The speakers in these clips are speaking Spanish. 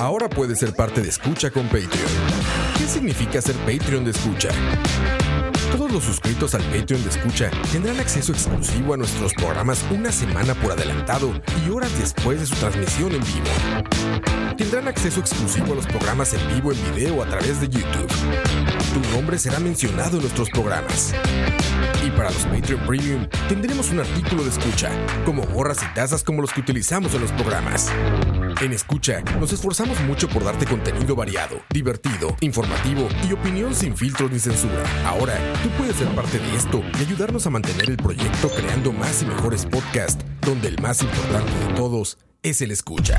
Ahora puedes ser parte de Escucha con Patreon. ¿Qué significa ser Patreon de Escucha? Todos los suscritos al Patreon de Escucha tendrán acceso exclusivo a nuestros programas una semana por adelantado y horas después de su transmisión en vivo. Tendrán acceso exclusivo a los programas en vivo en video a través de YouTube. Tu nombre será mencionado en nuestros programas. Y para los Patreon Premium tendremos un artículo de escucha, como gorras y tazas como los que utilizamos en los programas. En Escucha nos esforzamos mucho por darte contenido variado, divertido, informativo y opinión sin filtros ni censura. Ahora, tú puedes ser parte de esto y ayudarnos a mantener el proyecto creando más y mejores podcasts, donde el más importante de todos es el escucha.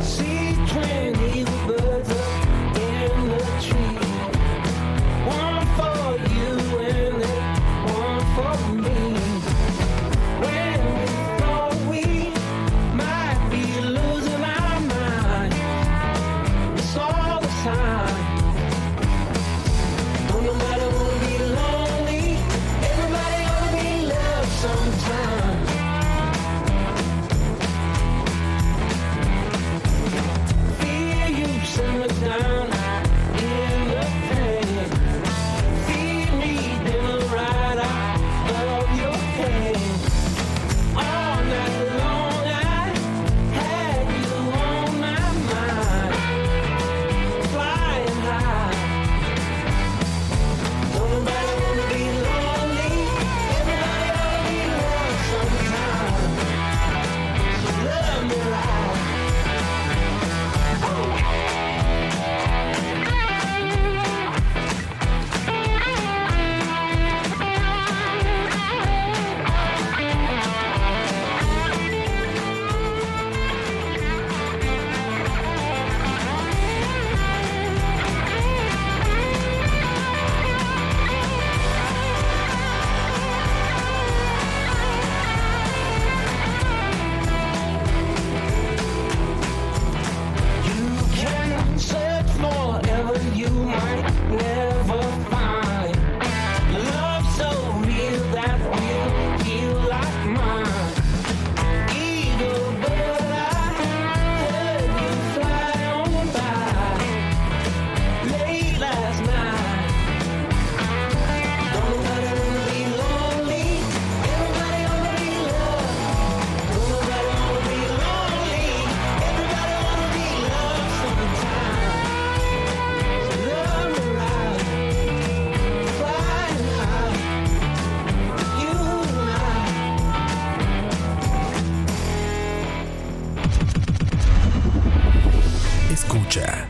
See twenty birds up in the tree. One for you and then one for me. When we thought we might be losing our mind, it's all the time. Don't nobody wanna be lonely. Everybody ought to be loved sometime. Feel you simmer down in the pain. Feed me dinner right out of your hand. All night long I had you on my mind, flying high. Don't nobody wanna be lonely. Everybody ought to be loved sometime. So love me right. You can search forever, you might never find love so real that will heal like mine. Eagle bird, I heard you fly on by late last night. Don't nobody wanna be lonely. Everybody wanna be loved. Don't nobody wanna be lonely. Everybody wanna be loved sometime. So love me right, flying high, you and I. Escucha.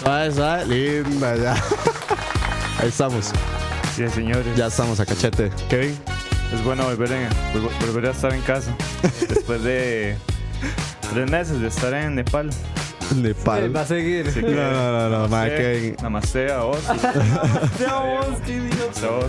Suave, suave, linda, ya. Ahí estamos, Sí, señores. ya estamos a cachete. Kevin, es bueno volver, en- vol- volver a estar en casa después de tres meses de estar en Nepal. Nepal. Va a seguir. Así que, No, no, no, no, ma, namaste- Kevin. Namaste a vos. a vos.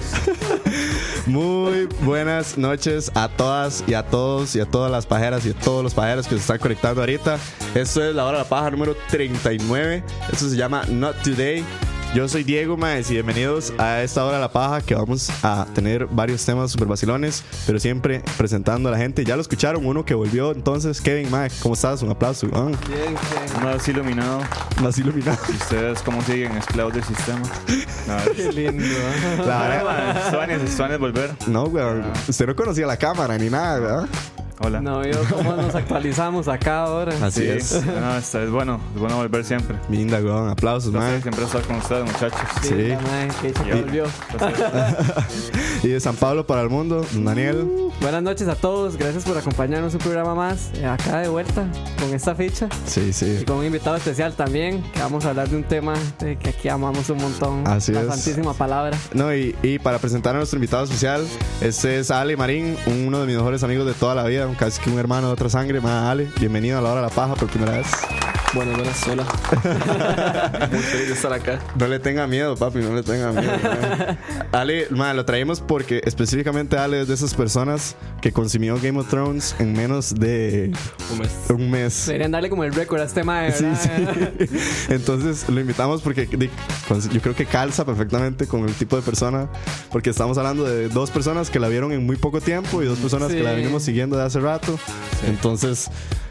Muy buenas noches a todas y a todos y a todas las pajeras y a todos los pajeros que se están conectando ahorita. Esto es la hora de la paja número 39. Esto se llama Not Today. Yo soy Diego Maes y bienvenidos a esta hora de la paja que vamos a tener varios temas super vacilones, pero siempre presentando a la gente. Ya lo escucharon, uno que volvió entonces, Kevin Maes, ¿cómo estás? Un aplauso, weón. Bien, bien. Más iluminado. Más iluminado. ¿Y ustedes cómo siguen? Esclavos del sistema. No, Qué lindo. ¿eh? La verdad- Suárez, Suárez, volver. No, weón. Usted no conocía la cámara ni nada, ¿verdad? Hola. No veo cómo nos actualizamos acá ahora. Así Sí, es. no, está- es bueno, es bueno volver siempre. Linda, weón. Aplausos, Entonces, Maes. siempre estar con ustedes, muchachos. Sí. La madre, qué dicha que Y- volvió. Y de San Pablo para el mundo, Daniel. Buenas noches a todos, gracias por acompañarnos un programa más eh, acá de vuelta con esta ficha Sí, sí. y con un invitado especial también que vamos a hablar de un tema eh, que aquí amamos un montón. Así la es. santísima palabra. No, y, y para presentar a nuestro invitado especial, este es Ale Marín, uno de mis mejores amigos de toda la vida, casi que un hermano de otra sangre. Más Ale, bienvenido a la hora de la paja por primera vez. Buenas, buenas, hola. Muy feliz de estar acá. No le tenga miedo, papi, no le tenga miedo. mae. Ale, mae, lo traímos porque específicamente Ale es de esas personas que consumió Game of Thrones en menos de Un mes. un mes. Deberían darle como el récord a este tema, Sí, sí. Entonces lo invitamos porque di- cons- yo creo que calza perfectamente con el tipo de persona, porque estamos hablando de dos personas que la vieron en muy poco tiempo y dos personas que la Sí. venimos siguiendo de hace rato. Entonces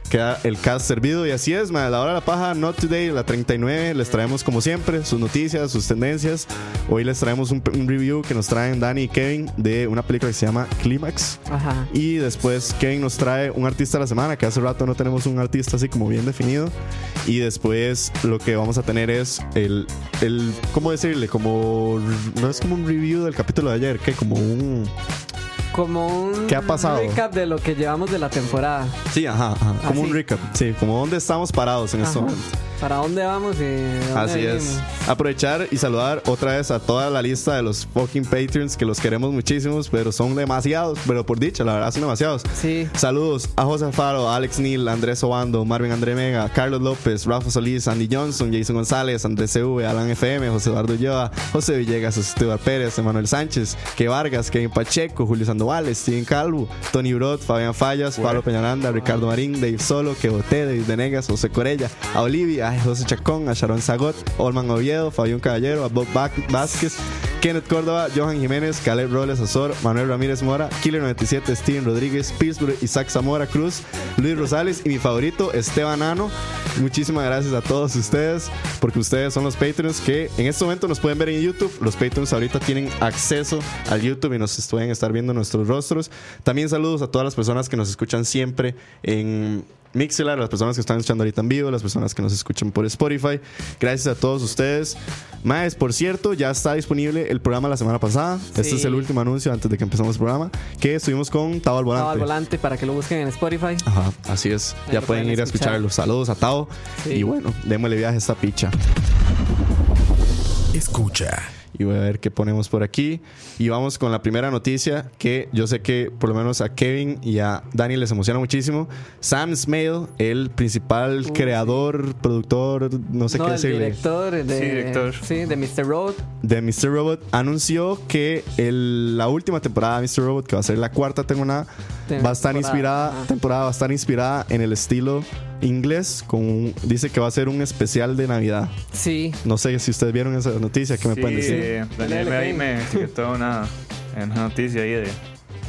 queda el cast servido y así es, ma, la hora de la paja, Not Today, la 39, les traemos como siempre sus noticias, sus tendencias. Hoy les traemos un, un review que nos traen Dani y Kevin de una película que se llama Clímax. Ajá. Y después Kevin nos trae un artista de la semana, que hace rato no tenemos un artista así como bien definido. Y después lo que vamos a tener es el, el ¿cómo decirle? Como, no es como un review del capítulo de ayer, que como un... Como un ¿Qué ha pasado? recap de lo que llevamos de la temporada. Sí, ajá, ajá, Ah, como sí. un recap. Sí, como dónde estamos parados en este Ajá. momento. ¿Para dónde vamos y de dónde Así es. venimos? Aprovechar y saludar otra vez a toda la lista de los fucking Patreons que los queremos muchísimos, pero son demasiados, pero por dicha, la verdad son demasiados. Sí. Saludos a José Faro, Alex Neal, Andrés Obando, Marvin André Mega, Carlos López, Rafa Solís, Andy Johnson, Jason González, Andrés CV, Alan FM, José Eduardo Ulloa, José Villegas, Esteban Pérez, Emanuel Sánchez, Que Vargas, Kevin Pacheco, Julio Sandoval, Steven Calvo, Tony Brod, Fabián Fallas, Pablo Peñaranda, Ricardo Marín, Dave Solo, Quebote, David Venegas, José Corella, a Olivia, a José Chacón, a Sharon Zagot, Olman Oviedo, Fabián Caballero, a Bob Ba- Vázquez, Kenneth Córdoba, Johan Jiménez, Caleb Robles Azor, Manuel Ramírez Mora, Killer97, Steven Rodríguez, Pittsburgh, Isaac Zamora Cruz, Luis Rosales y mi favorito, Esteban Ano. Muchísimas gracias a todos ustedes, porque ustedes son los Patreons que en este momento nos pueden ver en YouTube. Los Patreons ahorita tienen acceso al YouTube y nos pueden estar viendo nuestros rostros. También saludos a todas las personas que nos escuchan siempre en Mixelar, las personas que están escuchando ahorita en vivo, las personas que nos escuchan por Spotify. Gracias a todos ustedes. Maes, por cierto, ya está disponible el programa la semana pasada. Este Sí. es el último anuncio antes de que empezamos el programa. Que estuvimos con Tao al Estaba al volante. volante para que lo busquen en Spotify. Ajá, así es. Ahí Ya lo pueden pueden ir a escuchar. escucharlo. Saludos a Tao. Sí. Y bueno, démosle viaje a esta picha. Escucha. Y voy a ver qué ponemos por aquí. Y vamos con la primera noticia que yo sé que por lo menos a Kevin y a Dani les emociona muchísimo. Sam Smale, el principal creador, productor, no sé no, qué el decirle, director de, Sí, director. sí, de Mr. Road. de Mr. Robot, anunció que el- la última temporada de Mr. Robot, que va a ser la cuarta temporada, Tem- va a estar temporada, inspirada, ajá. temporada va a estar inspirada en el estilo inglés. Con un- dice que va a ser un especial de Navidad. Sí. No sé si ustedes vieron esa noticia, ¿qué me pueden decir? eh, Daniel me, ahí me etiquetó una, en una noticia ahí de.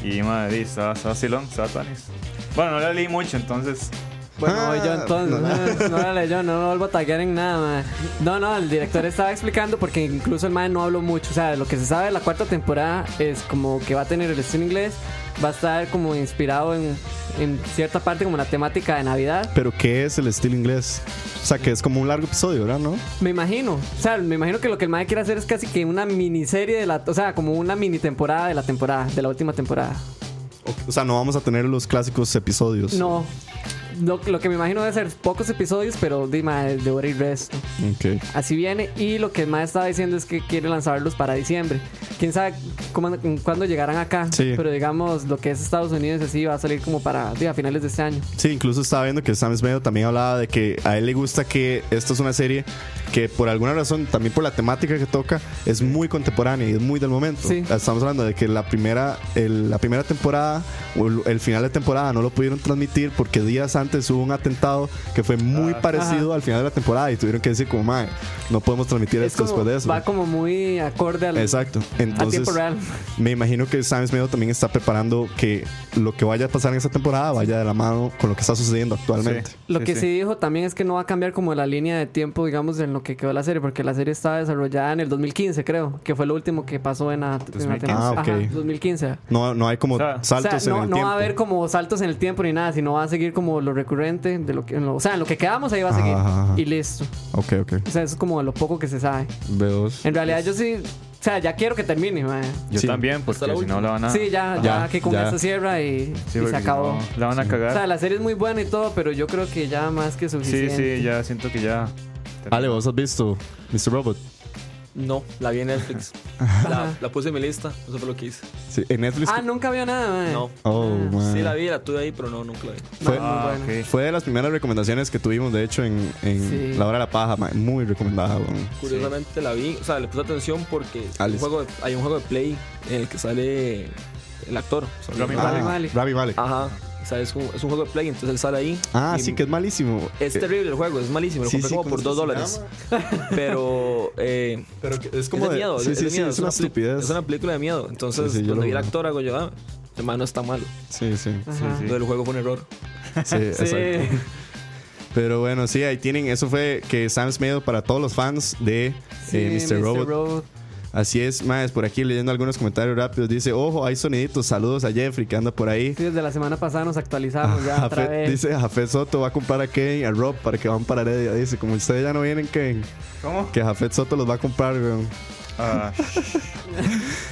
Y madre, di, estaba, estaba Silón, estaba Tanis. Bueno, no la leí mucho, entonces. Bueno, Ah, voy yo entonces. No, no, dale, yo no vuelvo a taggear en nada, ma. No, no, el director estaba explicando porque incluso el man no habló mucho. O sea, lo que se sabe de la cuarta temporada es como que va a tener el estilo inglés, va a estar como inspirado en, en cierta parte como la temática de Navidad. Pero ¿qué es el estilo inglés? O sea, que es como un largo episodio, ¿verdad? ¿No? Me imagino, o sea, me imagino que lo que el man quiere hacer es casi que una miniserie de la, o sea, como una mini temporada de la temporada, de la última temporada. O sea, no vamos a tener los clásicos episodios. No. Lo, lo que me imagino debe ser pocos episodios, pero Dima de hora y resto. Ok. Así viene. Y lo que más estaba diciendo es que quiere lanzarlos para diciembre. Quién sabe cómo- cuándo llegarán acá. Sí. Pero digamos, lo que es Estados Unidos, así va a salir como para di, a finales de este año. Sí, incluso estaba viendo que Sam Smith también hablaba de que a él le gusta que esta es una serie que por alguna razón, también por la temática que toca, es muy contemporánea y es muy del momento. Sí. Estamos hablando de que la primera, el- la primera temporada o el, el final de temporada no lo pudieron transmitir porque días antes hubo un atentado que fue Ah, muy parecido al final de la temporada y tuvieron que decir como, mae, no podemos transmitir Es esto como, después de eso. va como muy acorde al, Exacto. a Entonces, tiempo real. me imagino que Sam Smith también está preparando que lo que vaya a pasar en esta temporada vaya de la mano con lo que está sucediendo actualmente. Lo que sí, dijo también es que no va a cambiar como la línea de tiempo, digamos, en lo que quedó la serie, porque la serie estaba desarrollada en el 2015, creo, que fue lo último que pasó en la, en la 2015. temporada. Ah, ok. Ajá, 2015. No, no hay como O sea, O sea, saltos en no, el no tiempo. va a haber como saltos en el tiempo ni nada, sino va a seguir como lo recurrente, de lo que, en lo- o sea, en lo que quedamos ahí va a seguir Ajá, ajá. y listo. Ok, ok. O sea, eso es como lo poco que se sabe. Veo. En realidad yo sí, o sea, ya quiero que termine, mae. Yo Sí. también, porque Hasta la si no última. la van a. sí, ya, ya, ya, que con ya. eso cierra y, Ah, Sí, y porque se si acabó. no, la van a O sea, cagar. la serie es muy buena y todo, pero yo creo que ya más que Sí, suficiente. sí, ya siento que ya. Ale, vos has visto Mr. Robot. No, la vi en Netflix. La, la puse en mi lista, eso fue lo que hice. Sí, en Netflix. Ah, nunca vio nada, mae. No, Oh, Ah, man. sí la vi, la tuve ahí, pero no, nunca la vi. Fue, Ah, Muy ok. fue de las primeras recomendaciones que tuvimos, de hecho, en, en Sí. La Hora de la Paja. mae. Muy recomendada, weón. Curiosamente la vi, o sea, le puse atención porque Alice. un juego de- hay un juego de Play en el que sale el actor. o sea, Rami ah, Malek. Malek. Rami Malek. Ajá, o sea, es un, es un juego de Play, entonces él sale ahí. Ah, y sí, que es malísimo. Es Eh, este terrible el juego, es malísimo, lo sí, compré sí, como ¿cómo por es 2 que se dólares. Pero eh, Pero que- es es de miedo, sí, es, sí, de sí, miedo, es una peli- estupidez. Es una película de miedo, entonces Sí, sí, yo cuando lo- vi al actor hago yo, ah, hermano, no está malo. Sí, sí. Ajá. Sí. Lo del juego fue un error. Sí, Sí. exacto. Pero bueno, sí, ahí tienen. Eso fue que Sam Smith para todos los fans de Sí, eh, Mr. Robot. Así es, más por aquí leyendo algunos comentarios rápidos. Dice, ojo, hay soniditos. Saludos a Jeffrey que anda por ahí. Sí, desde la semana pasada nos actualizamos ya otra Jafet- vez. dice Jafet Soto va a comprar a Kane y a Rob para que van para Heredia. Dice, como ustedes ya no vienen, Kane, ¿Cómo? que Jafet Soto los va a comprar, weón. Ah,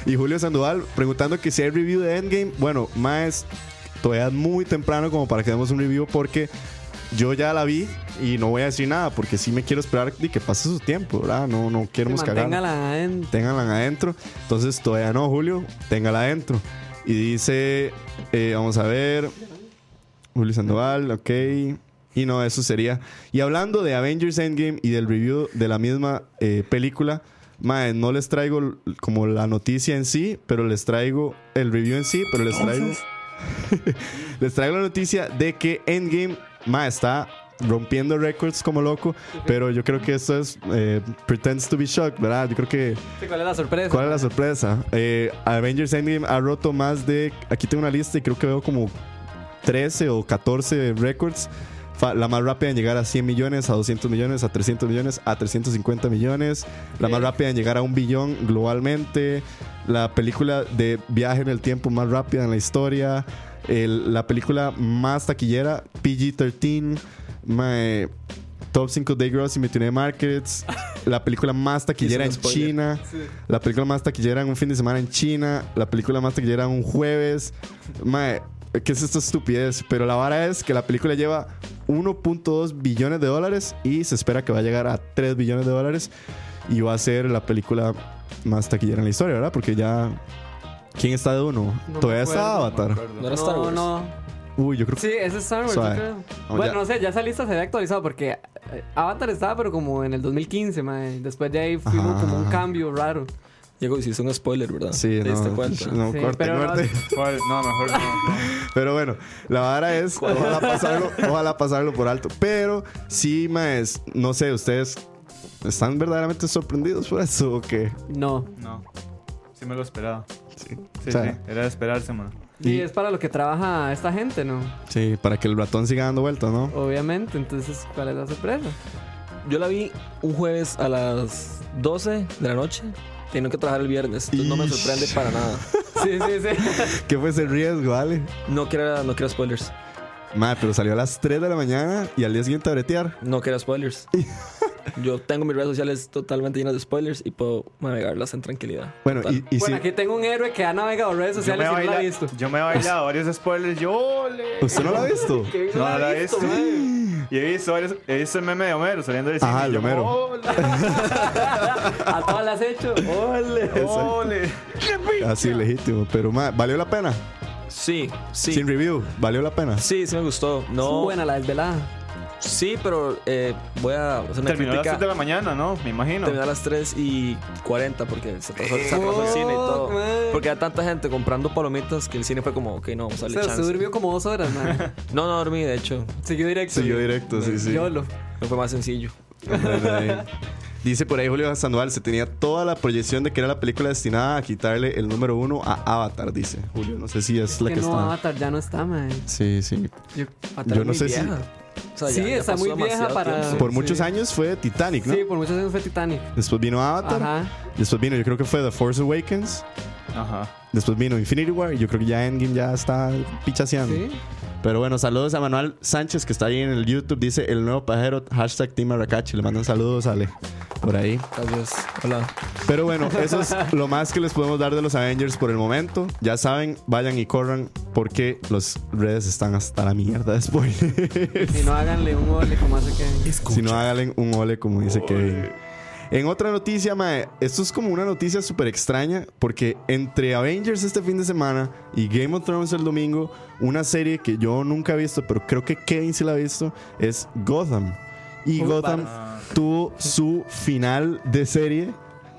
Y Julio Sandoval preguntando que si hay review de Endgame. Bueno, más todavía es muy temprano como para que demos un review porque yo ya la vi y no voy a decir nada porque sí me quiero esperar y que pase su tiempo, ¿verdad? No, no Que queremos cagar. manténgala en- Ténganla adentro. Entonces todavía no, Julio, téngala adentro. Y dice, eh, vamos a ver, Julio Sandoval, ok. Y no, eso sería. Y hablando de Avengers Endgame y del review de la misma eh, película, mae, no les traigo l- como la noticia en sí, pero les traigo el review en sí, pero les traigo... les traigo la noticia de que Endgame, mae, está rompiendo récords como loco, pero yo creo que esto es eh, pretends to be shocked, ¿verdad? Yo creo que Sí, ¿Cuál es la sorpresa? ¿Cuál es la sorpresa? Eh, Avengers Endgame ha roto más de. Aquí tengo una lista y creo que veo como 13 o 14 récords. Fa- La más rápida en llegar a 100 millones, a 200 millones, a 300 millones, a 350 millones. La más Ok. rápida en llegar a un billón globalmente. La película de viaje en el tiempo más rápida en la historia. el- la película más taquillera, PG-13. mae, eh, Top 5 Day Gross y Millionaire Markets. La película más taquillera en Hizo un spoiler. China. La película más taquillera en un fin de semana en China. La película más taquillera en un jueves. Mae, ¿qué es esta estupidez? Pero la vara es que la película lleva 1.2 billones de dólares y se espera que va a llegar a 3 billones de dólares. Y va a ser la película más taquillera en la historia, ¿verdad? Porque ya. ¿Quién está de uno? No me Todavía está acuerdo. Avatar. No era Star Wars. No, no. Uy, yo creo que. Sí, ese es Star Wars, yo Suave. creo. ya. Bueno, no sé, ya esa lista se había actualizado porque eh, Avatar estaba, pero como en el 2015, mae. Después de ahí fuimos Ajá, como un ajá. cambio raro. Diego, hiciste un spoiler, ¿verdad? Sí, ¿Te diste no, cuenta? no, Sí, corte, pero no- corte. ¿cuál? No, mejor no. Pero bueno, la vara es ojalá pasarlo, ojalá pasarlo por alto. Pero sí, maes, no sé, ustedes están verdaderamente sorprendidos por eso o qué. No. No. Sí me lo esperaba. Sí, Sí, O sea, sí. Era de esperarse, man. Y Y- es para lo que trabaja esta gente, ¿no? sí, para que el ratón siga dando vueltas, ¿no? Obviamente, entonces, ¿cuál es la sorpresa? Yo la vi un jueves a las 12 de la noche. Tenía que trabajar el viernes, entonces no me Ish. sorprende para nada. Sí, sí, sí. ¿Qué fue ese riesgo, Ale? No quiero, no quiero spoilers. Madre, pero salió a las 3 de la mañana y al día siguiente a bretear. No quiero spoilers. Yo tengo mis redes sociales totalmente llenas de spoilers y puedo navegarlas en tranquilidad. Bueno, y, y si Bueno, aquí tengo un héroe que ha navegado redes Yo me, he sociales y no la ha bailado- visto. yo me he bailado varios spoilers. Yo le. usted no lo ha visto. Que No, no la he visto. mae. Y he visto, varios- he visto el meme de Homero saliendo del cine. Ajá, el Yo, Homero. ¡Ole! A todas las has hecho. ¡Ole! Exacto. ¡Ole! Así legítimo, pero mae, valió la pena. Sí, sí. Sin review, valió la pena. Sí, sí me gustó. Es No, buena la desvelada. Sí, pero eh, voy a hacer una Terminó a las crítica. 7 de la mañana, ¿no? Me imagino. Terminó a las 3 y 40 porque se atrasó, se atrasó el cine y todo. Fuck, man. Porque había tanta gente comprando palomitas que el cine fue como, ok, no, vamos a darle Se, se chance. durmió como dos horas, man. No, no dormí, de hecho. Siguió directo. Siguió directo, sí, sí. Yolo. No fue más sencillo. Dice por ahí Julio Sandoval, se tenía toda la proyección de que era la película destinada a quitarle el número uno a Avatar, dice Julio. No sé si es, la Que que, no, está. Avatar ya no está, man. Sí, sí. Yo, Yo no sé si- O sea, Sí, está pasó muy vieja demasiado para- tiempo. Por Sí. muchos años fue Titanic, ¿no? Sí, por muchos años fue Titanic. Después vino Avatar. Ajá. Después vino, yo creo que fue The Force Awakens. Ajá. Después vino Infinity War. Y yo creo que ya Endgame ya está pichaseando. Sí. Pero bueno, saludos a Manuel Sánchez que está ahí en el YouTube. Dice el nuevo pajero, hashtag Team Arracachi. Le mandan saludos, Ale. Por ahí. Adiós. Hola. Pero bueno, eso es lo más que les podemos dar de los Avengers por el momento. Ya saben, vayan y corran porque los redes están hasta la mierda después. Y no háganle un gole como hace que. Escucha. si no, háganle un ole como dice Kevin. En otra noticia, mae, esto es como una noticia súper extraña porque entre Avengers este fin de semana y Game of Thrones el domingo, una serie que yo nunca he visto, pero creo que Kevin sí la ha visto, es Gotham. Y Gotham tuvo su final de serie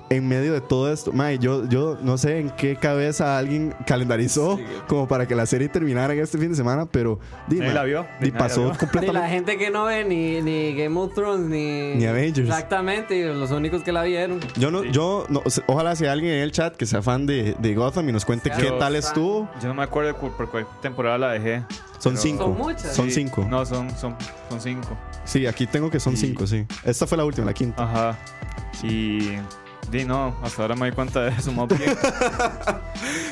en medio de todo esto. Mae, yo, yo no sé en qué cabeza alguien calendarizó como para que la serie terminara en este fin de semana, pero di, Nadie mae, la vio, di, nadie la pasó vio. De la completamente. gente que no ve ni, ni Game of Thrones ni. Ni Avengers. Exactamente, los únicos que la vieron. Yo no, yo no, o sea, ojalá sea alguien en el chat que sea fan de, de Gotham y nos cuente Sea qué fan. tal estuvo. Yo no me acuerdo cu- por cuál temporada la dejé. Son Pero- cinco. Son muchas. Son Sí, cinco. No, son, son, son cinco. Sí, aquí tengo que son Y- cinco, sí. Esta fue la última, la quinta. Ajá. Y. Di, no, hasta ahora me di cuenta de eso más bien.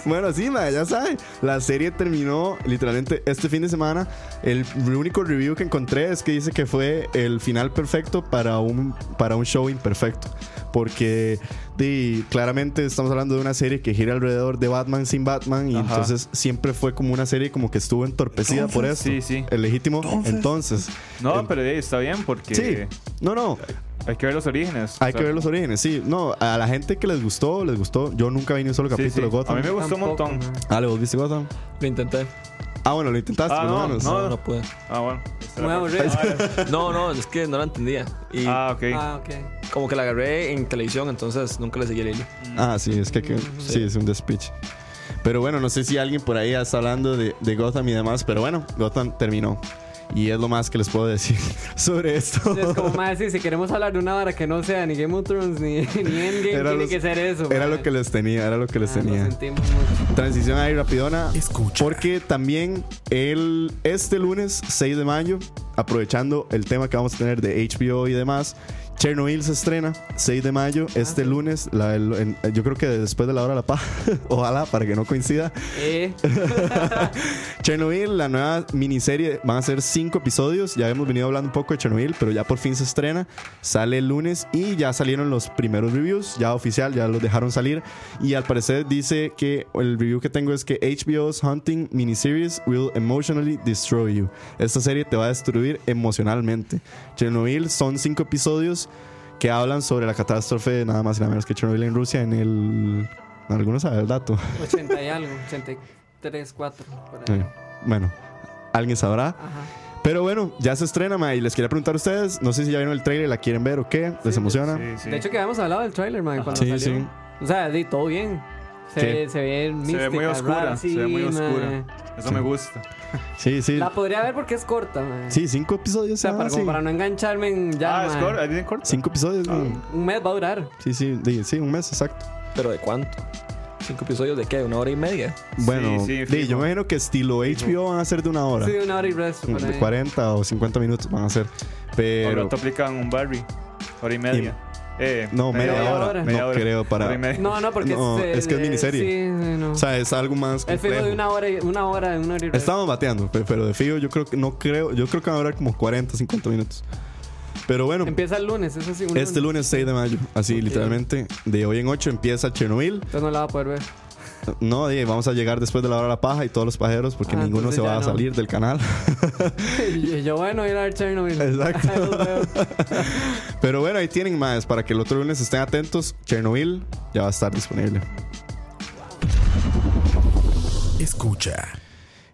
Bueno, sí, ma, ya saben. La serie terminó literalmente este fin de semana. El único review que encontré es que dice que fue el final perfecto para un, para un show imperfecto. Porque di, claramente estamos hablando de una serie que gira alrededor de Batman sin Batman. Y Ajá. entonces siempre fue como una serie como que estuvo entorpecida por esto. sí, sí. El legítimo entonces. No, El- pero di, está bien porque. Sí. No, no. Hay que ver los orígenes. Hay O sea, que ver los orígenes. Sí, no. A la gente que les gustó, les gustó. Yo nunca vi ni un solo sí, capítulo sí. de Gotham. A mí me gustó Tampoco, un montón. man. Ale, ¿vos viste Gotham? Lo intenté. Ah, bueno, lo intentaste, Ah, por lo no, menos. No, no pude. Ah, bueno. Esta Muy era- aburrido. No, no, es que no la entendía. Y Ah, ok. Ah, ok. como que la agarré en televisión, entonces nunca le seguí el hilo. Ah, sí, es que, que- sí, es un despiche. Pero bueno, no sé si alguien por ahí está hablando de, de Gotham y demás, pero bueno, Gotham terminó. Y es lo más que les puedo decir sobre esto. Es como más decir, si queremos hablar de una hora que no sea ni Game of Thrones ni, ni Endgame, Era tiene los- que ser eso. Era man. lo que les tenía, era lo que les Ah, tenía. Lo sentimos mucho. Transición ahí rapidona. Escucha. Porque también el, este lunes 6 de mayo, aprovechando el tema que vamos a tener de HBO y demás, Chernobyl se estrena 6 de mayo, este lunes, la- el- en- yo creo que después de la hora de la paz, ojalá para que no coincida. Eh, Chernobyl, la nueva miniserie, van a ser 5 episodios, ya hemos venido hablando un poco de Chernobyl, pero ya por fin se estrena, sale el lunes y ya salieron los primeros reviews, ya oficial, ya los dejaron salir y al parecer dice que el review que tengo es que HBO's Hunting miniseries will emotionally destroy you. Esta serie te va a destruir emocionalmente. Chernobyl son 5 episodios que hablan sobre la catástrofe de nada más y nada menos que Chernobyl en Rusia en el... Algunos saben el dato. 80 y algo, 83, 4. Por ahí. Sí. Bueno, alguien sabrá. Ajá. Pero bueno, ya se estrena, ma, y les quería preguntar a ustedes, no sé si ya vieron el trailer, la quieren ver o qué, les emociona. Sí, sí. De hecho, que habíamos hablado del trailer, man, cuando Sí, salió. sí. O sea, di todo bien. Se, Sí. se ve se mística, ve muy oscura. rara, sí, se ve muy man. oscura. Eso me gusta. Sí, sí. La podría ver porque es corta, man. Sí, cinco episodios. O sea, nada, para, como sí. para Ah. no engancharme en ya, ah, es man. corta. ¿Alguien corta? Cinco episodios. ma. Un mes va a durar. Sí, sí, di- sí, un mes, exacto. ¿Pero de cuánto? ¿Cinco episodios de qué? ¿Una hora y media? Bueno, sí, di, fijo. yo me imagino que estilo HBO van a ser de una hora. Sí, una hora y resto. por de ahí. 40 o 50 minutos van a ser. Pero Pero... te aplican un Barry. Hora y media. Eh, No, media, hora. hora. Media no hora. creo para... Hora y media. No, no, porque No, eh, es que es eh, miniserie. Sí, sí, no. O sea, es algo más... el fijo complejo. de una hora, y- una hora, una hora y resto. Estamos bateando, pe- pero de fijo yo creo que no creo, yo creo que van a durar como 40, 50 minutos. Pero bueno, Empieza el lunes, eso sí. un este lunes 6 de mayo, así literalmente, de hoy en 8 empieza Chernobyl. Entonces no la va a poder ver. No, di, vamos a llegar después de la hora de la paja y todos los pajeros porque Ah, ninguno entonces se va ya a no. salir del canal. Y yo, bueno, ir a ver Chernobyl. Exacto. Ahí los veo. pero bueno, ahí tienen más, para que el otro lunes estén atentos, Chernobyl ya va a estar disponible. Escucha.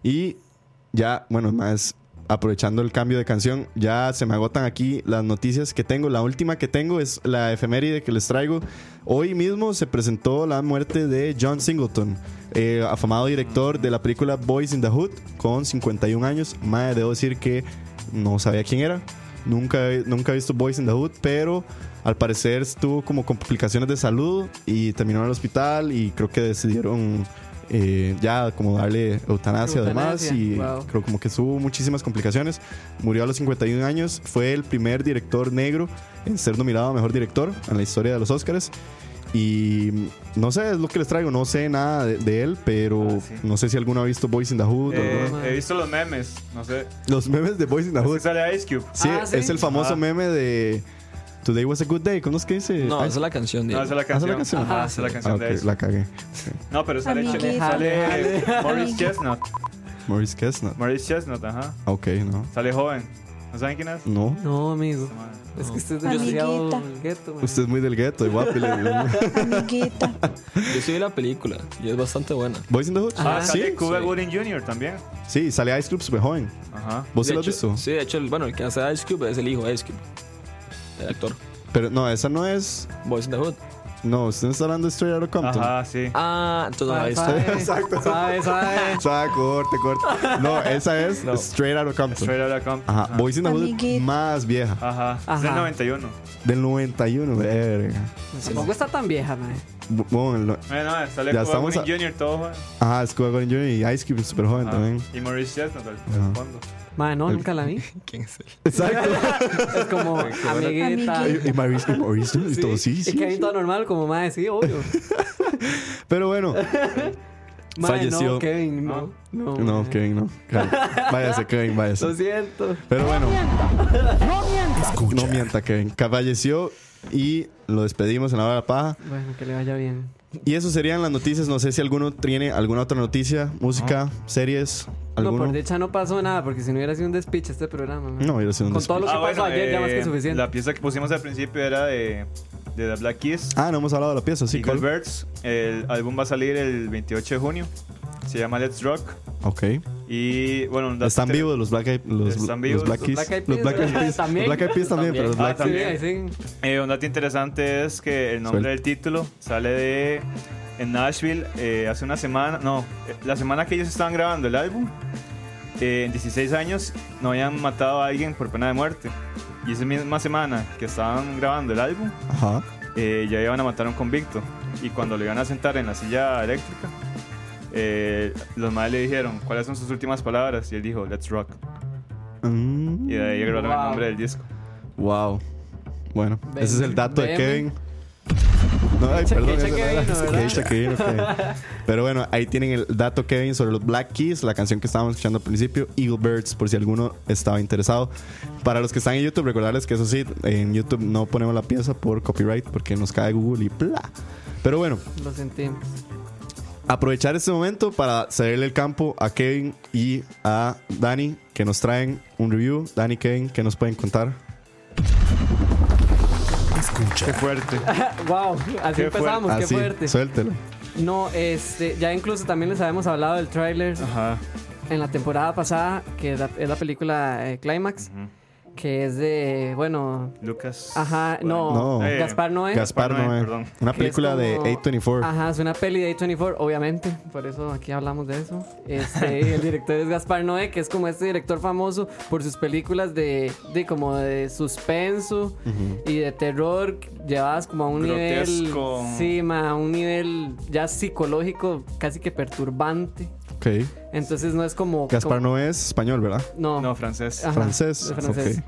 Y ya, bueno, más aprovechando el cambio de canción, ya se me agotan aquí las noticias que tengo. La última que tengo es la efeméride que les traigo. Hoy mismo se presentó la muerte de John Singleton, eh, afamado director de la película Boys in the Hood, con 51 años. Madre, debo decir que no sabía quién era. Nunca, he- nunca he visto Boys in the Hood, pero al parecer estuvo como complicaciones de salud y terminó en el hospital y creo que decidieron eh, ya como darle eutanasia, además Eutanasia, y wow. creo como que tuvo muchísimas complicaciones. Murió a los 51 años, fue el primer director negro en ser nominado a mejor director en la historia de los Oscars. Y mm, no sé, es lo que les traigo, no sé nada de, de él, pero Ah, sí. no sé si alguno ha visto Boys in the Hood. o Eh, alguno- he visto los memes, no sé. Los memes de Boys in the Es que Hood. sale Ice Cube. Sí, Ah, ¿sí? es el famoso Ah. meme de Today was a good day. ¿Cómo es que dice? No, Ah, esa es la canción. No, Diego. esa es la ¿Ah, esa es la canción. canción? Ajá, esa es la ah, canción de ok, Ice Cube. la cagué. No, pero sale, Amigues, sale amigues. Maurice Chestnut. Maurice Kessner. Maurice Chestnut, ajá. Ah, Ok, no. Sale joven. ¿No saben quién es? No. No, amigo. Es No. que usted es Amiguita. demasiado gueto, man. Usted es muy del gueto, y guapi. le- Amiguita. Yo sí vi la película y es bastante buena. Boys in the Hood. Ah, sí. sale Cuba sí. Gooding Jr. también. Sí, sale Ice Cube súper joven. Ajá. ¿Vos sí De lo has hecho- visto? Sí, de hecho, el- bueno, el que hace Ice Cube es el hijo de Ice Cube. El actor. Pero no, esa no es. Boys in the Hood. No, usted no está hablando de Straight Outta Compton. Ajá, sí. Ah, entonces no la he Sabe, visto. sabe, Exacto. sabe, sabe. Ah, corte, corte. No, esa es No. Straight Outta Compton. Straight Outta Compton. Ajá, Boys in the Hood Amiguito. más vieja. Ajá. Es del Ajá. 91. Del 91, verga. Tampoco está tan vieja, man. Bu- Bueno, el no- Eh, no, sale Ya Cuba estamos Gooding a- Jr. todo joven. Ajá, Scuba Gordon Jr. y Ice Cube súper joven Ajá. también. Y Maurice Chestnut al, al Ajá. fondo. Man, no, nunca la vi. ¿Quién es él? Exacto. Es como amiguita. Amiguita. y Maurice Cube, Maurice Cube, y todo, sí, Es sí. que hay todo normal, como más, sí, obvio. Pero bueno, Mae, Falleció. Ah, No, Kevin, no. No, no, mae. Kevin, no. Claro. Váyase, Kevin, Lo váyase. siento. Pero bueno, Escucha. no mienta, Kevin. Que falleció y lo despedimos en la hora de la paja. Bueno, que le vaya bien. Y eso serían las noticias. No sé si alguno tiene alguna otra noticia, música, series, No, alguno. por dicha no pasó nada, porque si no hubiera sido un despiche este programa. mae. No, hubiera sido un Con todo lo que Ah, pasó bueno, ayer, ya más eh, que suficiente. La pieza que pusimos al principio era de, de The Black Keys. Ah, no hemos hablado de la pieza, sí. Eagle ¿cuál? Birds. El álbum va a salir el 28 de junio. Se llama Let's Rock. Ok. Y bueno, un dato Están inter- vivos los Black Eyed los, los Están vivos. Black Keys. Black Eyed Los Peas, Black Eyed ¿verdad? Peas. Los También. Black Eyed Peas también, También. pero los Ah, Black Sí, también. ahí sí. Eh, un dato interesante es que el nombre Suelta. del título sale de. En Nashville, eh, hace una semana. No, eh, la semana que ellos estaban grabando el álbum, eh, en 16 años, no habían matado a alguien por pena de muerte. Y esa misma semana que estaban grabando el álbum, Ajá. eh, ya iban a matar a un convicto. Y cuando lo iban a sentar en la silla eléctrica, eh, los madres le dijeron, ¿cuáles son sus últimas palabras? Y él dijo, Let's Rock. Mm, Y de ahí grabaron el Wow. nombre del disco. wow. Bueno, Ven- ese es el dato de ven. Kevin. No, ay, Echa- perdón, echa ese no que era- vino, que ¿verdad? echa que vino, Kevin. Pero bueno, ahí tienen el dato Kevin sobre los Black Keys, la canción que estábamos escuchando al principio, Eagle Birds, por si alguno estaba interesado. Para los que están en YouTube, recordarles que eso sí, en YouTube no ponemos la pieza por copyright porque nos cae Google y bla. Pero bueno, Lo sentimos. aprovechar este momento para cederle el campo a Kevin y a Dani que nos traen un review. Dani, Kevin, ¿qué nos pueden contar? Qué Escucha. fuerte. wow, así Qué empezamos, Pues qué Así, fuerte. suéltelo. No, este, ya incluso también les habíamos hablado del tráiler Ajá. en la temporada pasada, que es la, es la película eh, Climax, que es de, bueno, Lucas. ajá, no, No. Eh, Gaspar Noé. Gaspar Gaspar Noé, Noé. perdón. Una Que película es como- de A24. Ajá, es una peli de A24, obviamente. Por eso aquí hablamos de eso. Este, el director es Gaspar Noé, que es como este director famoso por sus películas de, de como de suspenso y de terror llevadas como a un Grotesco. nivel. Sí, ma, a un nivel ya psicológico casi que perturbante. Ok. Entonces no es como. Gaspar como- Noé es español, ¿verdad? No. No, francés. Ajá, francés, es francés.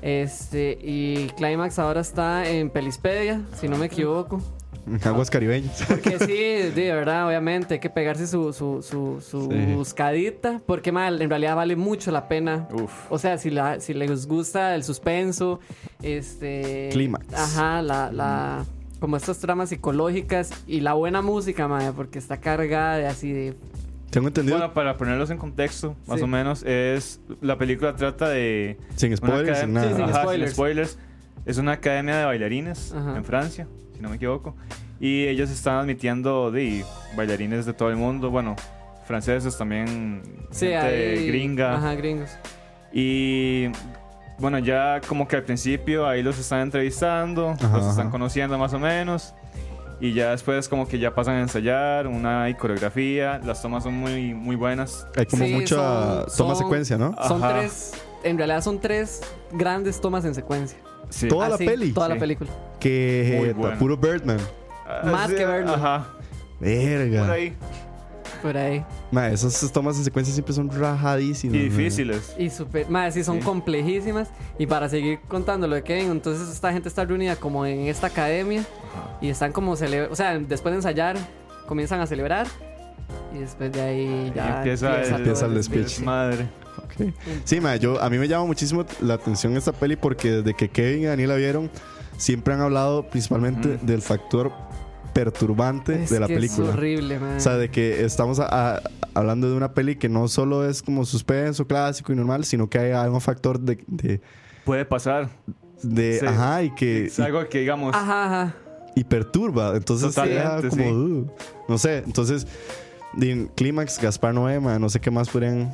Este, y Climax ahora está en Pelispedia, si no me equivoco. Aguas caribeñas. Que sí, de verdad, obviamente, hay que pegarse su, su, su, su Sí. buscadita, porque mal, en realidad vale mucho la pena. Uf. O sea, si, la, si les gusta el suspenso, este... Clímax. Ajá, la, la, como estas tramas psicológicas y la buena música, madre, porque está cargada de así de... Tengo entendido. Bueno, para ponerlos en contexto, más Sí. o menos, es. La película trata de. sin una spoilers, sin academ- nada. Sí, sin Ajá, Ajá. spoilers. spoilers. Es una academia de bailarines Ajá. en Francia, si no me equivoco. Y ellos están admitiendo de bailarines de todo el mundo. Bueno, franceses también, Sí, gente ahí- gringa. Ajá, gringos. Y bueno, ya como que al principio ahí los están entrevistando, los ajá. están conociendo más o menos. Y ya después como que ya pasan a ensayar, una hay coreografía, las tomas son muy, muy buenas. Hay como Sí, mucha son- toma son- secuencia, ¿no? Son Ajá. tres, en realidad son tres grandes tomas en secuencia. Sí. Toda la Así, peli. Toda la Sí. película. Que Muy jeta, buena. puro Birdman. Ah, Más que verlo. Ajá, por Verga. ahí. Por ahí. Ma, esas tomas en secuencia siempre son rajadísimas. Y ma. difíciles. Y super, madre, sí, son Sí. complejísimas. Y para seguir contando lo de Kevin, entonces esta gente está reunida como en esta academia y están como celebrando, o sea, después de ensayar, comienzan a celebrar y después de ahí ya Y empieza el- todo Empieza el despiche. Sí. Madre. Ok. Sí, ma, yo, a mí me llama muchísimo la atención esta peli porque desde que Kevin y Daniela vieron, siempre han hablado principalmente Ujú. del factor perturbante Es de la que película. Es horrible, man. O sea, de que estamos a- a- hablando de una peli que no solo es como suspenso clásico y normal, sino que hay algún factor de... de, Puede pasar. de- Sí. Ajá, y que... Es algo que digamos... Ajá, ajá. y perturba. Entonces era Totalmente, como, sí. "Uh", no sé. Entonces, din- Clímax, Gaspar Noé, ma, no sé qué más podrían.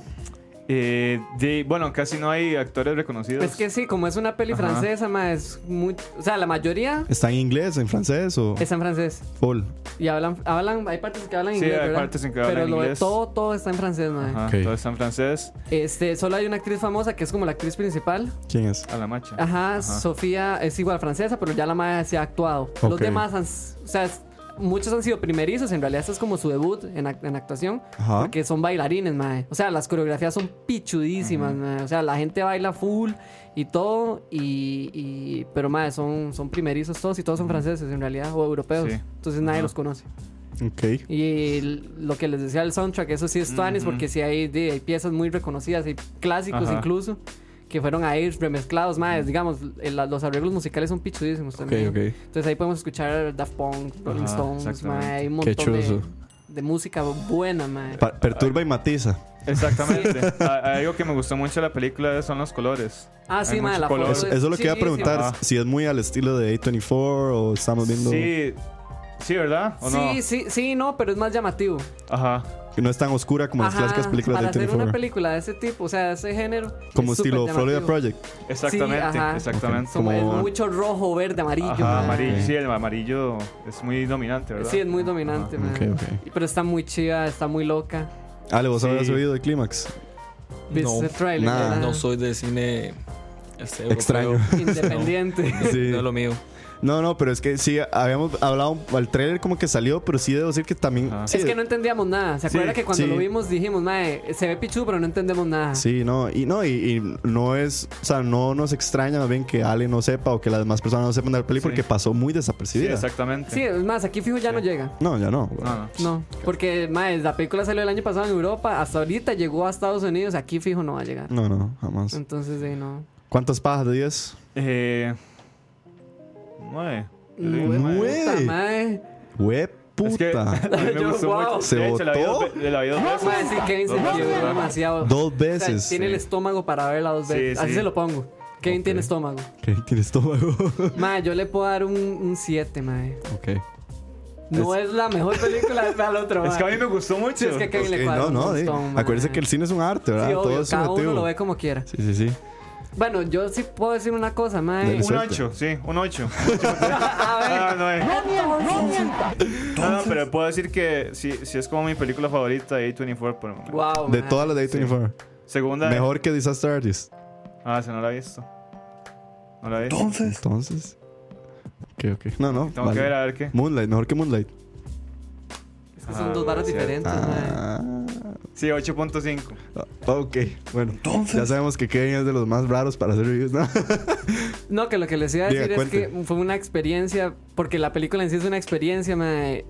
eh, de- bueno, casi no hay actores reconocidos. Es que sí, como es una peli Ajá. francesa, man, es muy. O sea, la mayoría ¿Está en inglés, en francés o está en francés. full? Y hablan, hablan hay partes que hablan Sí, inglés. hay ¿verdad? partes en que hablan Pero lo de inglés. todo, todo está en francés, man. Ajá, Ok. Todo está en francés. Este, solo hay una actriz famosa que es como la actriz principal. ¿Quién es? A la macha. Ajá, Sofía es igual francesa, pero ya la madre se ha actuado. Los Ok. demás han, o sea, es- muchos han sido primerizos, en realidad este es como su debut en, ac- en actuación, Ajá. porque son bailarines, mae. O sea, las coreografías son pichudísimas, mae. O sea, la gente baila full y todo, y, y- pero mae, son, son primerizos todos y todos son franceses en realidad, o europeos. Sí. Entonces nadie los conoce. Ok. Y el- lo que les decía el soundtrack, eso sí es Tuanis, Ujú. porque sí hay, de- hay piezas muy reconocidas, hay clásicos Ajá. incluso, que fueron ahí remezclados. Más, digamos, el- la- los arreglos musicales son pichudísimos también. ok. Entonces ahí podemos escuchar Daft Punk, Rolling Ajá, Stones, ma, exactamente. hay un Qué montón de, chuzo. de música buena, ma. Pa- perturba y matiza. Exactamente. A- algo que me gustó mucho de la película son los colores. Ah, sí, Hay ma, mucho la color. foto Eso- Eso, eso es lo que iba a chidísima. preguntar. Ajá. Si es muy al estilo de A24 o estamos viendo. Ah. Sí. Sí, ¿verdad? Ah, ¿O no? Sí, sí, sí, no, pero es más llamativo. Ajá. Que no es tan oscura como las Ajá, clásicas películas de para hacer una A24. película de ese tipo, o sea, de ese género. Como es estilo súper Florida llamativo. Project. Exactamente. ajá. Exactamente. Como es Como- mucho rojo, verde, amarillo. Ajá, ma. amarillo. Sí, el amarillo es muy dominante, ¿verdad? Sí, es muy dominante, man. Ok, ok. Pero está muy chida, está muy loca. Ale, vos Sí. habías oído de Clímax. ¿Viste No, el trailer? nada, ¿verdad? No soy de cine este, europeo. Extraño. Independiente. Sí. No es lo mío. No, no, pero es que sí, habíamos hablado al trailer como que salió, pero sí debo decir que también. Ajá. sí, Es que no entendíamos nada. ¿Se acuerda Sí, que cuando sí. lo vimos dijimos, mae, se ve pichu, pero no entendemos nada? Sí, no, y no, y, y no es, o sea, no nos extraña más bien que Ale no sepa o que las demás personas no sepan de la peli Sí. porque pasó muy Sí, desapercibida. exactamente. Sí, es más, aquí fijo ya no llega. no, ya no. No, no. No, porque, mae, la película salió el año pasado en Europa, hasta ahorita llegó a Estados Unidos, aquí fijo no va a llegar. No, no, jamás. Entonces, sí, no. ¿Cuántas pajas de 10? Eh. Nueve. Yo digo Nueve. nueve. Puta, mae. Hue Es que puta. a mí me Yo, Ah, gustó wow. mucho. ¿Se De hecho, la vi botó? dos ve- la vi dos veces. Mae, sí, Kevin se Dos veces, quedó ¿verdad? demasiado. Dos O sea, veces. tiene el estómago para verla dos Sí, veces. Así sí. se lo pongo. Kevin tiene estómago. Ok, tiene estómago. Mae, yo le puedo dar un 7, mae. ok. No es, la mejor película, es al otro, mae. Es que a mí me gustó mucho. Sí, es que Kevin le Eh, cuadra no, un no, eh, montón, mae. acuérdese que el cine es un arte, Sí, ¿verdad? obvio, Todo es cada subjetivo. uno lo ve como quiera. Sí, sí, sí. Bueno, yo sí puedo decir una cosa, mae. Dale. Un 8, sí, un 8. Ah, no, eh. No, no, pero puedo decir que sí, sí es como mi película favorita de A24 por el momento. Wow, De mae. todas las de A24. Segunda. Mejor que Disaster Artist. Ah, se no la he visto. No la he visto. Entonces. Entonces. Ok, ok. No, no. Tengo vale. que ver a ver qué. Moonlight, mejor que Moonlight. Es que son dos varas sí. diferentes, mae. Ah. Sí, 8.5. Ok, bueno. Ya sabemos que Kevin es de los más raros para hacer reviews, ¿no? No, que lo que les iba a Diga, decir es cuente. que fue una experiencia, porque la película en sí es una experiencia, mae.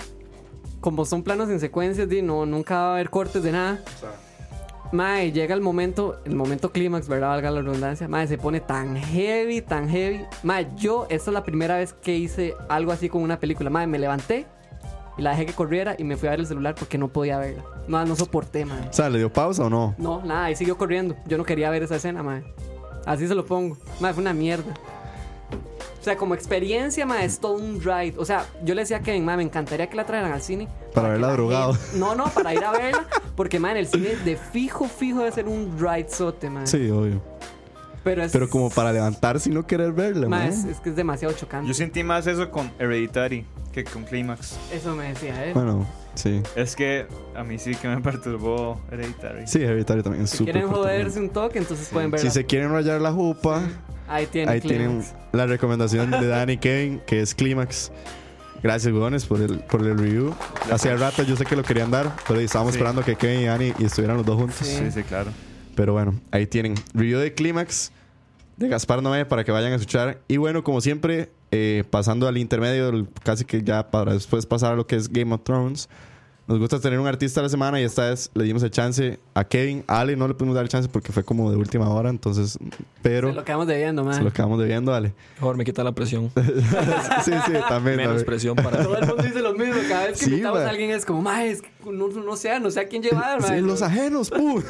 Como son planos en secuencias, di, no, nunca va a haber cortes de nada. Mae, llega el momento, el momento clímax, ¿verdad? Valga la redundancia. Mae, se pone tan heavy, tan heavy. Mae, yo, esta es la primera vez que hice algo así con una película. Mae, me levanté y la dejé que corriera y me fui a ver el celular porque no podía verla. No, no soporté, mae. O sea, ¿le dio pausa o no? No, nada, ahí siguió corriendo. Yo no quería ver esa escena, mae. Así se lo pongo. Mae, fue una mierda. O sea, como experiencia, mae, es todo un ride. O sea, yo le decía a Kevin, mae, me encantaría que la trajeran al cine. Para verla que la drogado. gente- No, no, para ir a verla. Porque, man, el cine de fijo, fijo debe ser un ridezote, man. Sí, obvio. Pero, es, Pero como para levantarse y no querer verla, ma, mae. es, es que es demasiado chocante. Yo sentí más eso con Hereditary que con Climax. Eso me decía, ¿eh? Bueno, sí. Es que a mí sí que me perturbó Hereditary. Sí, Hereditary también es si súper quieren fuerte, joderse un toque, entonces pueden mae. verla. Si se quieren rayar la jupa, Ahí tienen. ahí tienen Clímax. la recomendación de Danny Kevin, que es Clímax. Gracias, huevones, por el, por el review. Hacía rato yo sé que lo querían dar, pero estábamos Sí. esperando que Kevin y Danny y estuvieran los dos juntos. Sí, sí, claro. Pero bueno, ahí tienen. Review de Clímax de Gaspar Noé para que vayan a escuchar. Y bueno, como siempre, eh, pasando al intermedio, el- casi que ya para después pasar a lo que es Game of Thrones. Nos gusta tener un artista a la semana y esta vez le dimos el chance a Kevin. A Ale no le pudimos dar el chance porque fue como de última hora, entonces. Pero Se lo quedamos debiendo, se lo man. acabamos debiendo, Ale. Mejor me quita la presión. sí, sí, también. Menos Ale. presión para Todo el mundo dice lo mismo. Cada vez que Sí, invitamos ma. a alguien es como, ma, es que no, no sé, no sé a quién llevar, Sí, man. los ajenos, ¡pum!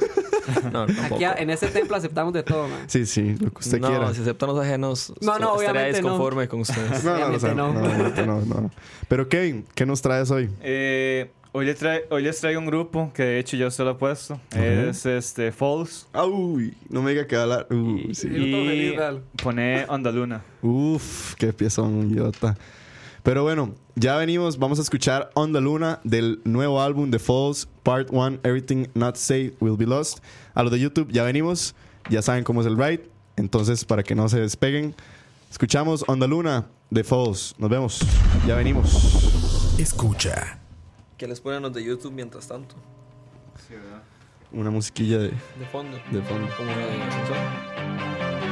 No, tampoco. Aquí a- en ese templo aceptamos de todo, man. Sí, sí, lo que usted no, quiera. si aceptan los ajenos, No, no, estaría obviamente no. desconforme con ustedes. No, no, no, Obviamente no, no. no, no, no. Pero Kevin, ¿qué nos traes hoy? Eh, hoy, le trae- hoy les traigo un grupo que de hecho yo se lo he puesto. Es este Falls. Uy, no me diga que va a hablar. Uy, sí. Yo todo Y feliz, Ralph. pone Andaluna. Uf, qué piezón, idiota. Pero bueno, ya venimos, vamos a escuchar On the Luna del nuevo álbum de Falls, Part 1, Everything Not Said Will Be Lost. A los de YouTube ya venimos, ya saben cómo es el ride, entonces para que no se despeguen, escuchamos On the Luna de Falls. Nos vemos, ya venimos. Escucha. Que les ponen los de YouTube mientras tanto. Una musiquilla de... De fondo. De fondo. Como la del ascensor.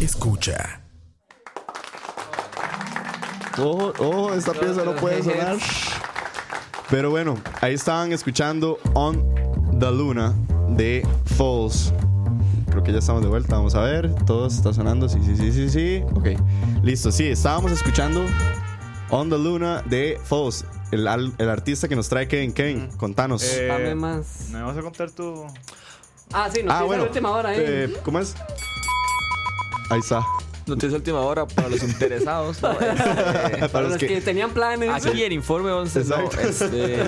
Escucha. Ojo, ojo, Oh, esta pieza no puede sonar. Pero bueno, ahí estaban escuchando On the Luna de Falls. Creo que ya estamos de vuelta, vamos a ver. Todo está sonando, sí, sí, sí, sí, sí. Ok, listo, sí, estábamos escuchando On the Luna de Falls. El, al- el artista que nos trae Kevin, Kevin, contanos. Eh, Dame más. ¿Me vas a contar tu...? Ah, sí, nos ah, la última hora, eh. eh, ¿Cómo es? Ahí está. Noticia última hora para los interesados. ¿no? Este, Para los que, tenían planes. aquí el informe 11. no, Exacto. este,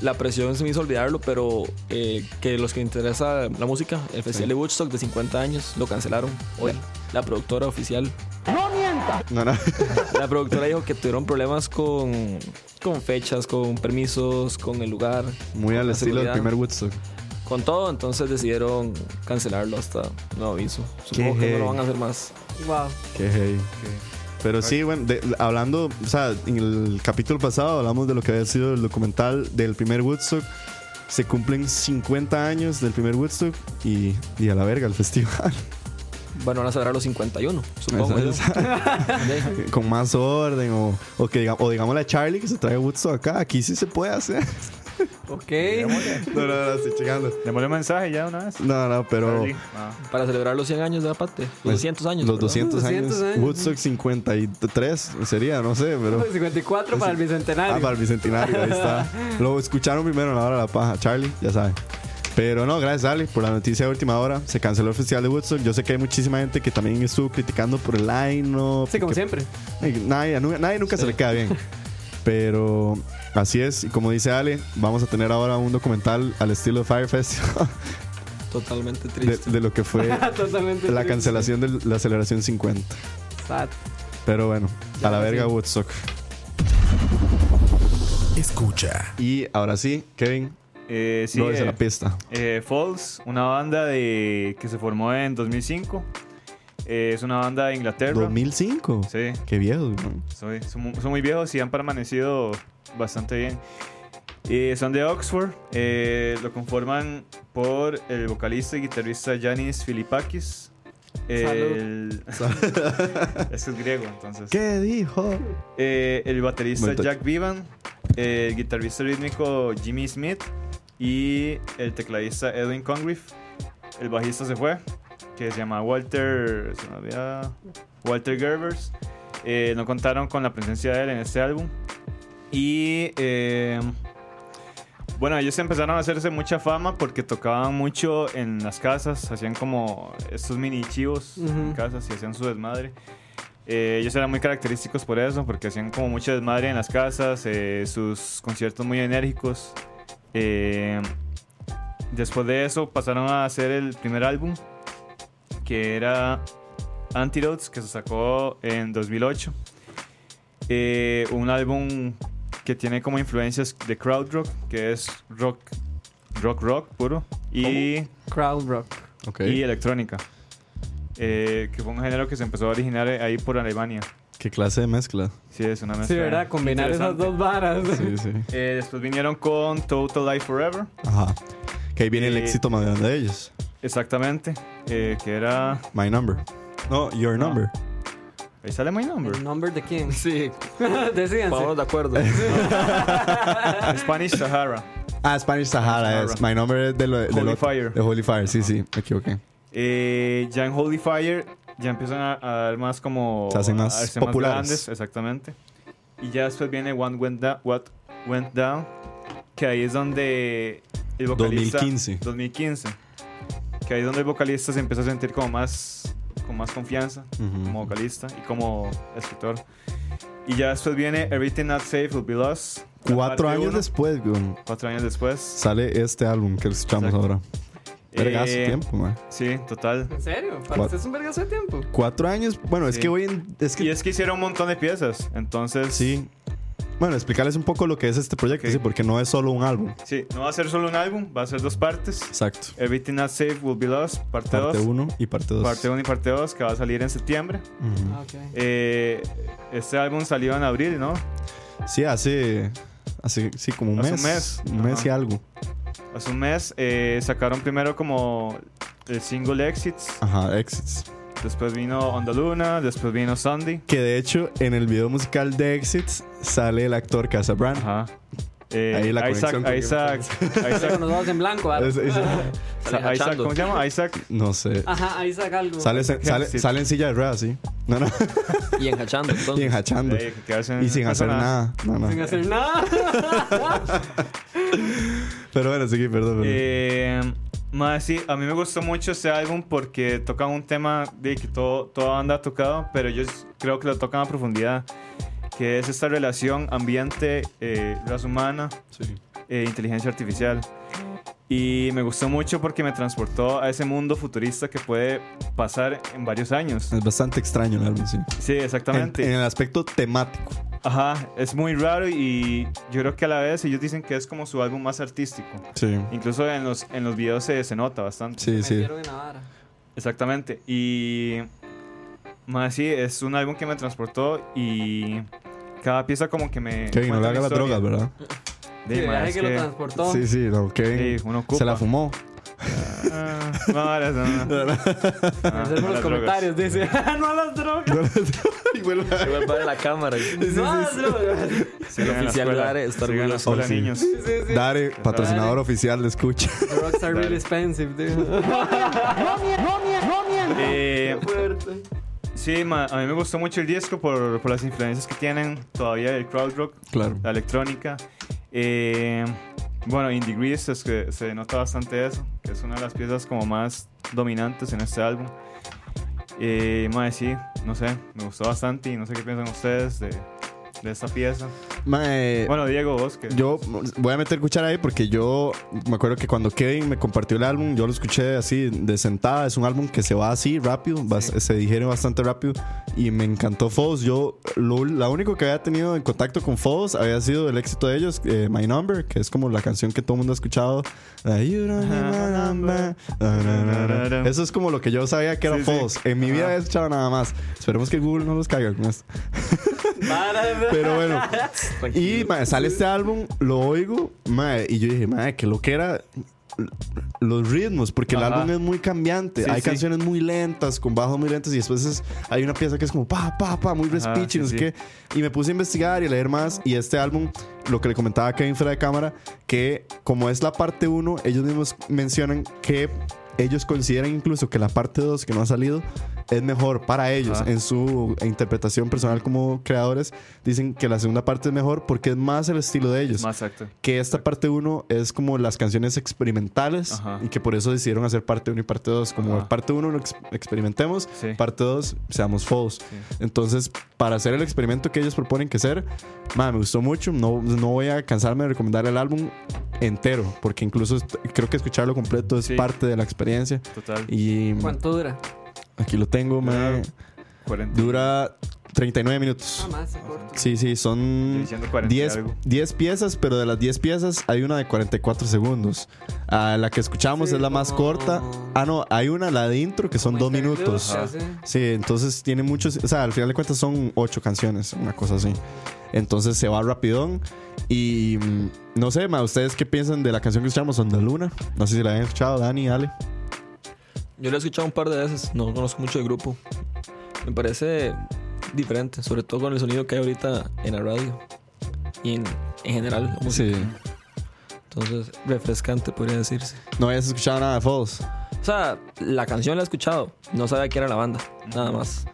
la presión se me hizo olvidarlo, pero eh, que los que interesa la música, el Festival de Woodstock de 50 años, lo cancelaron hoy. La productora oficial. No, no. La productora dijo que tuvieron problemas con, con fechas, con permisos, con el lugar, Muy al estilo del seguridad. primer Woodstock. con todo. Entonces decidieron cancelarlo hasta nuevo aviso. Supongo que no lo van a hacer más. Wow. Qué heavy. Pero sí, bueno, de- hablando, o sea, en el capítulo pasado hablamos de lo que había sido el documental del primer Woodstock. Se cumplen 50 años del primer Woodstock y, y a la verga el festival. Bueno, van a celebrar los 51, supongo. Eso yo. De- Con más orden o, o que diga- o digamos la Charlie que se trae Woodstock acá. Aquí sí se puede hacer. Ok. No, no, no, estoy checando. Démosle un mensaje ya una vez. No, no, pero... Charlie. Ah. Para celebrar los 100 años de la parte. Los 200 años. Pues, Los perdón. 200, 200 años. Pues años. Woodstock 53 sería, no sé, pero... 54 para el bicentenario. Ah, para el bicentenario, ahí está. Lo escucharon primero en la hora de la paja, Charlie, ya saben. Pero no, gracias Ale por la noticia de última hora. Se canceló el festival de Woodstock. Yo sé que hay muchísima gente que también estuvo criticando por el line Sí, como siempre. Nadie, nu- nadie nunca se le queda bien. Pero así es, y como dice Ale, vamos a tener ahora un documental al estilo de Fire Festival Totalmente de, triste. de lo que fue Ah, Totalmente. la sí. cancelación de la celebración 50. Sad. Pero bueno, a la verga sí. Woodstock. Escucha. Y ahora sí, Kevin, Eh, sí, no desde eh, la pista. eh, Falls, una banda de, que se formó en 2005. Eh, es una banda de Inglaterra. 2005. Sí, Qué viejo, ¿no? soy- son, mu- son muy viejos y han permanecido bastante bien. Eh, son de Oxford. eh, lo conforman por el vocalista y guitarrista Yanis Filipakis. El, es que es griego, entonces. ¿Qué dijo? Eh, el baterista Buen touch. Jack Vivan, eh, el guitarrista rítmico Jimmy Smith y el tecladista Edwin Congreve. El bajista se fue, que se llama Walter. se me olvida, Walter Gerbers. Eh, no contaron con la presencia de él en este álbum. Y eh, bueno, ellos empezaron a hacerse mucha fama porque tocaban mucho en las casas, hacían como estos mini chivos en Ujú. casas y hacían su desmadre. Eh, ellos eran muy característicos por eso, porque hacían como mucho desmadre en las casas, eh, sus conciertos muy enérgicos. Eh, después de eso pasaron a hacer el primer álbum, que era Antidotes, que se sacó en 2008. Eh, un álbum que tiene como influencias de crowd rock, que es rock, rock, rock puro, y, Crowd rock. Ok. y electrónica, eh, que fue un género que se empezó a originar ahí por Alemania. ¿Qué clase de mezcla? Sí, es una mezcla. Sí, ¿verdad? Combinar esas interesante. dos varas. Sí, sí. Eh, después vinieron con Total Life Forever, Ajá. Que ahí viene el Eh, éxito más grande de ellos. exactamente, eh, que era... My number. No, your No. number. Ahí sale My Number. ¿El number de quién? Sí, vámonos Decíanse. de acuerdo. Spanish Sahara. Ah, Spanish Sahara es. My number es de lo, de Holy lo- Fire. De Holy Fire, sí, sí. Me equivoqué. Eh, ya en Holy Fire ya empiezan a, a dar más como... Se hacen más a hacerse populares. grandes, exactamente. Y ya después viene One Went Down, What Went Down, que ahí es donde el vocalista... 2015. 2015. Que ahí es donde el vocalista se empieza a sentir como más, con más confianza, Ujú. como vocalista y como escritor. Y ya después viene Everything Not Safe Will Be Lost. la Cuatro parte años uno. después, güey, Cuatro años después. sale este álbum que escuchamos Exacto. ahora. Vergas, Eh, tiempo, man. Sí, total. ¿En serio? ¿Para What? usted es un vergazo de tiempo? Cuatro años. Bueno, es Sí. que hoy en. Es que Y es que hicieron un montón de piezas. Entonces, Sí. Bueno, explicarles un poco lo que es este proyecto, Ok. sí, porque no es solo un álbum. sí, no va a ser solo un álbum, va a ser dos partes. Exacto. Everything Not Safe Will Be Lost, parte Parte 2. 1 y parte 2. Parte 1 y parte 2, que va a salir en septiembre. Ah, ok. Eh, este álbum salió en abril, ¿no? Sí, hace. Hace, sí, como un Hace un mes. mes. Un mes y Ajá. algo. Hace un mes eh, sacaron primero como el single Exits, Ajá, Exits. después vino Onda Luna, después vino Sandy. Que de hecho, en el video musical de Exits sale el actor Casabran. Ajá. Eh, Ahí la Isaac, conexión con Isaac, Sale Isaac, con los ojos en blanco. ¿ah? ¿verdad? Es- es- Sa- Isaac, ¿cómo se llama? Isaac. no sé. Ajá, Isaac algo. Sale, sale, Exit. sale en silla de ruedas, sí. No, no. Y enjachando. y Entonces. enjachando. Eh, que quedarse Y sin no hacer pasa nada. No, no. Sin hacer nada. Pero bueno, sí, perdón. perdón. Eh, mae, sí, a mí me gustó mucho este álbum porque toca un tema de que todo, toda banda ha tocado, pero yo s- creo que lo tocan a profundidad, que es esta relación ambiente, eh, raza humana, e inteligencia artificial. Y me gustó mucho porque me transportó a ese mundo futurista que puede pasar en varios años. Es bastante extraño el álbum, sí. Sí, En, exactamente. en el aspecto temático. Ajá, es muy raro y yo creo que a la vez ellos dicen que es como su álbum más artístico. Sí. Incluso en los, en los videos se, se nota bastante. Sí, sí. Metieron en la vara. Exactamente. Y más sí, es un álbum que me transportó y cada pieza como que me... Kevin, no le cuenta haga una las historia. drogas, ¿verdad? De, Sí, el mae, viaje es que lo que- transportó. Sí, sí, no, Kevin. Sí, uno ocupa. se la fumó. Ah, no, no, no, no. Ah, Hacer no los las comentarios, dice. "Ah, no a las drogas. y vuelve a- Se vuelve a ver la cámara. y- No a las drogas. drogas. Sigan en la oficial escuela, de Ares, estar sigan en la orgulloso. escuela, Oh, sí. niños. Dare, patrocinador oficial de escucha. The rocks are really Dale. expensive, dude. Eh, Fuerte. sí, ma, a mí me gustó mucho el disco por, por las influencias que tienen todavía del crowd rock, Claro. la electrónica. Eh, bueno, In Degrees es que se nota bastante eso, que es una de las piezas como más dominantes en este álbum. Eh, mae, sí, no sé, me gustó bastante y no sé qué piensan ustedes de, de esta pieza. Mae, Bueno, Diego, vos que... eh, yo voy a meter cuchara ahí porque yo me acuerdo que cuando Kevin me compartió el álbum, yo lo escuché así de sentada. Es un álbum que se va así rápido, va- se digiere bastante rápido y me encantó Foz. Yo, lo, la único que había tenido en contacto con Foz había sido el éxito de ellos, eh, My Number, que es como la canción que todo el mundo ha escuchado. La You Don't Need My Number. Na, na, na, na. Eso es como lo que yo sabía que era Sí, sí. Foz. En mi vida Ajá. había escuchado nada más. Esperemos que Google no los caiga con esto. Vara, Pero bueno, Tranquilo. y mae, sale este álbum, lo oigo, mae, y yo dije, mae, que lo que era los ritmos, porque el Ajá. álbum es muy cambiante. Sí, hay sí. canciones muy lentas, con bajos muy lentos, y después es- hay una pieza que es como pa, pa, pa, muy Ajá, respiche, sí, no sé sí. qué. Y me puse a investigar y a leer más. Y este álbum, lo que le comentaba a Kevin fuera de cámara, que como es la parte 1, ellos mismos mencionan que ellos consideran incluso que la parte 2 que no ha salido es mejor para ellos Ajá. en su interpretación personal como creadores. Dicen que la segunda parte es mejor porque es más el estilo de ellos Más exacto. que esta parte 1 es como las canciones experimentales Ajá. y que por eso decidieron hacer parte 1 y parte 2. Como Ajá. parte 1 lo ex- experimentemos, Sí. parte 2 seamos false. Entonces, para hacer el experimento que ellos proponen que ser, ma, me gustó mucho. No, no voy a cansarme de recomendar el álbum entero, porque incluso est- creo que escucharlo completo es Sí. parte de la experiencia. Total. Y ¿Cuánto dura? aquí lo tengo, ma. Claro. 40. dura 39 minutos. Ah, más, corto. Sí, sí, Estoy son diciendo 40 y 10, algo. 10 piezas, pero de las 10 piezas hay una de 44 segundos. Ah, la que escuchamos Sí, es la más como- corta. Ah, no, hay una, la de intro, que son Como 2 minutos. interludes, sí. Sí, entonces tiene muchos, o sea, al final de cuentas son 8 canciones, una cosa así. Entonces se va rapidón y mm, no sé, ma, ¿ustedes qué piensan de la canción que escuchamos, Onda Luna? No sé si la han escuchado, Dani, Ale. Yo lo he escuchado un par de veces, no conozco mucho el grupo. Me parece diferente, sobre todo con el sonido que hay ahorita en la radio y en, en general. la música. Entonces, refrescante podría decirse. No habías escuchado nada de Falls. O sea, la canción la he escuchado, no sabía quién era la banda, nada más.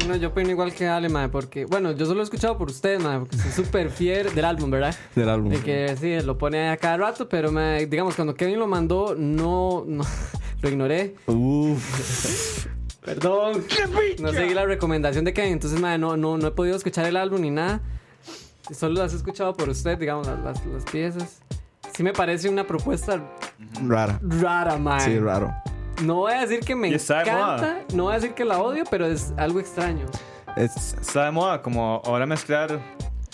Sí, no, yo opino igual que Ale, madre, porque... Bueno, yo solo he escuchado por ustedes, madre, porque soy súper fiel del álbum, ¿verdad? Del álbum. De que sí, lo pone a cada rato, pero mae, digamos, cuando Kevin lo mandó, no, no lo ignoré. Uf, Perdón. No seguí la recomendación de Kevin, entonces mae, no, no, no he podido escuchar el álbum ni nada. Solo las he escuchado por usted, digamos, las, las, las piezas. Sí me parece una propuesta rara. rara, mae. Sí, raro. No voy a decir que me Y está de moda. encanta, no voy a decir que la odio, pero es algo extraño. Es, Está de moda como ahora mezclar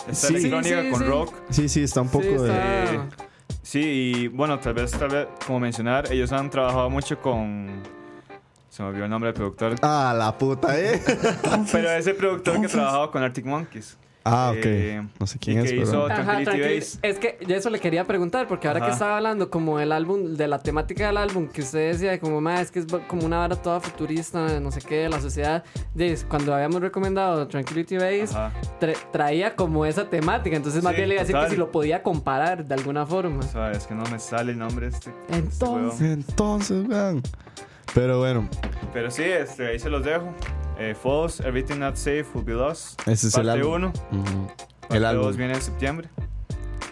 esta Sí. electrónica Sí, sí, con sí. rock. sí, sí, está un poco sí, de... está- eh, Sí, y bueno, tal vez, tal vez, como mencionar, ellos han trabajado mucho con... Se me olvidó el nombre del productor. Ah, la puta, eh. Pero ese productor que trabajaba con Arctic Monkeys. Ah, ok. Eh, no sé quién y es, que pero. hizo- Ajá, Tranquility tranquil- Base. Es que ya eso le quería preguntar, porque ahora que Ajá. estaba hablando como del álbum, de la temática del álbum, que usted decía, como más, es que es como una vara toda futurista, no sé qué, de la sociedad. de- cuando habíamos recomendado Tranquility Base, Ajá, tra- traía como esa temática. Entonces, más Sí, bien le iba a decir que total. si lo podía comparar de alguna forma. o sea, es que no me sale el nombre este. este huevón. Entonces, Entonces, vean. Pero bueno, Pero sí, este, ahí se los dejo. Eh, False, Everything Not Safe Will Be Lost. Ese es el parte álbum. 1. mm, el El álbum. 2 viene en septiembre.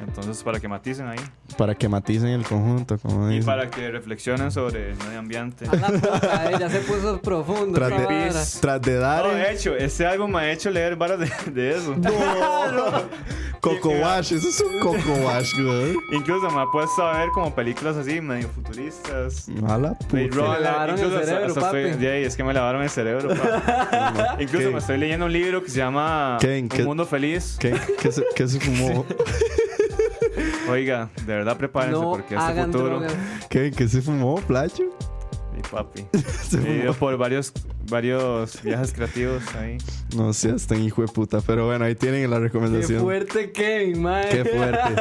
Entonces, para que maticen ahí. Para que maticen el conjunto, como Y dicen. para que reflexionen sobre el medio ambiente. a la puta, eh, ya se puso profundo. Tras esa de, vara. tras de dar. No, de hecho, este álbum me ha hecho leer varas de, de eso. Coco Wash, eso es un Coco Wash, güey. Incluso me ha puesto a ver como películas así, medio futuristas. A la Blade Mm, puta. Runner, lavaron el incluso hasta- cerebro, hasta estoy- papi. de ahí, es que me lavaron el cerebro. papi. incluso ¿Qué? me estoy leyendo un libro que se llama Kevin, Un ¿qué- Mundo Feliz. ¿Qué, qué, se, qué se fumó? Oiga, de verdad prepárense No porque este hagan futuro. drogas. ¿Qué, qué se fumó, Placho? Mi papi. Se He fumó. ido por varios, varios viajes creativos ahí. No seas tan hijo de puta, pero bueno, ahí tienen la Qué recomendación. fuerte Kevin, madre. Qué fuerte.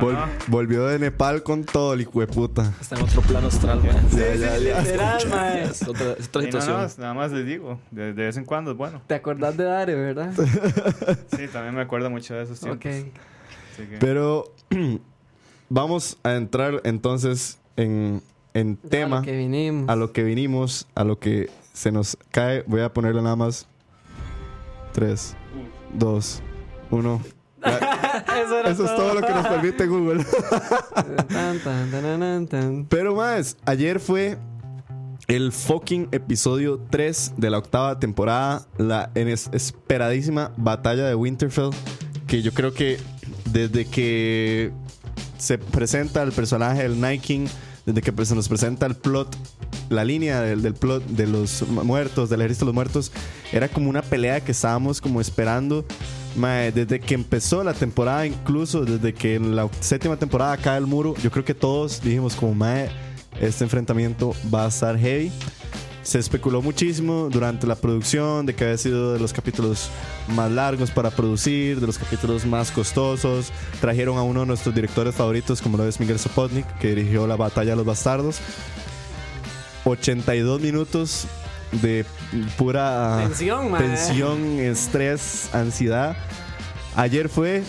Vol- Ajá. volvió de Nepal con todo el hijo de puta. Está en otro plano astral, man. Sí, sí, literal, mae. Es otra, es otra Y no, situación. no, nada más les digo, de, de vez en cuando es bueno. Te acordás de Dare, ¿verdad? Sí, también me acuerdo mucho de esos ok. tiempos. así que- Pero vamos a entrar entonces en, en A tema, lo que vinimos. a lo que vinimos, a lo que se nos cae. Voy a ponerle nada más. 3, 2, 1. Eso era Eso es todo lo que nos permite Google. Tan, tan, tan, tan, tan. Pero más, ayer fue el fucking episodio 3 de la octava temporada, la enes- esperadísima batalla de Winterfell, que yo creo que desde que se presenta el personaje del Night King, desde que pues, se nos presenta el plot, la línea del, del plot de los mu- muertos, del ejército de los muertos, era como una pelea que estábamos como esperando. Mae, desde que empezó la temporada, incluso desde que en la séptima temporada cae el muro, yo creo que todos dijimos como, mae, este enfrentamiento va a estar heavy. Se especuló muchísimo durante la producción de que había sido de los capítulos más largos para producir, de los capítulos más costosos. Trajeron a uno de nuestros directores favoritos, como lo es Miguel Sopotnik, que dirigió La Batalla de los Bastardos. 82 minutos de pura Tensión, mae. tensión, estrés, ansiedad. Ayer fue,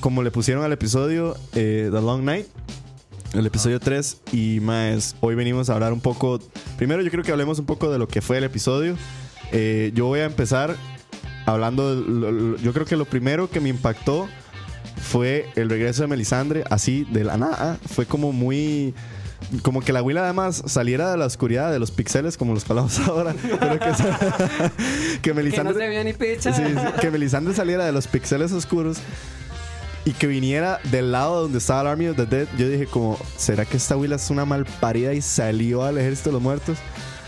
como le pusieron al episodio, eh, The Long Night. El episodio 3 y más. Hoy venimos a hablar un poco. Primero, yo creo que hablemos un poco de lo que fue el episodio. Eh, yo voy a empezar hablando. de lo- lo- yo creo que lo primero que me impactó fue el regreso de Melisandre, así de la nada. Fue como muy. Como que la huila además saliera de la oscuridad de los pixeles, como los que hablamos ahora. Pero que, que Que no Melisandre. se vio ni picha. Sí, sí, que Melisandre saliera de los pixeles oscuros y que viniera del lado donde estaba el Army of the Dead, yo dije como, ¿será que esta Willa es una malparida y salió al ejército de los muertos?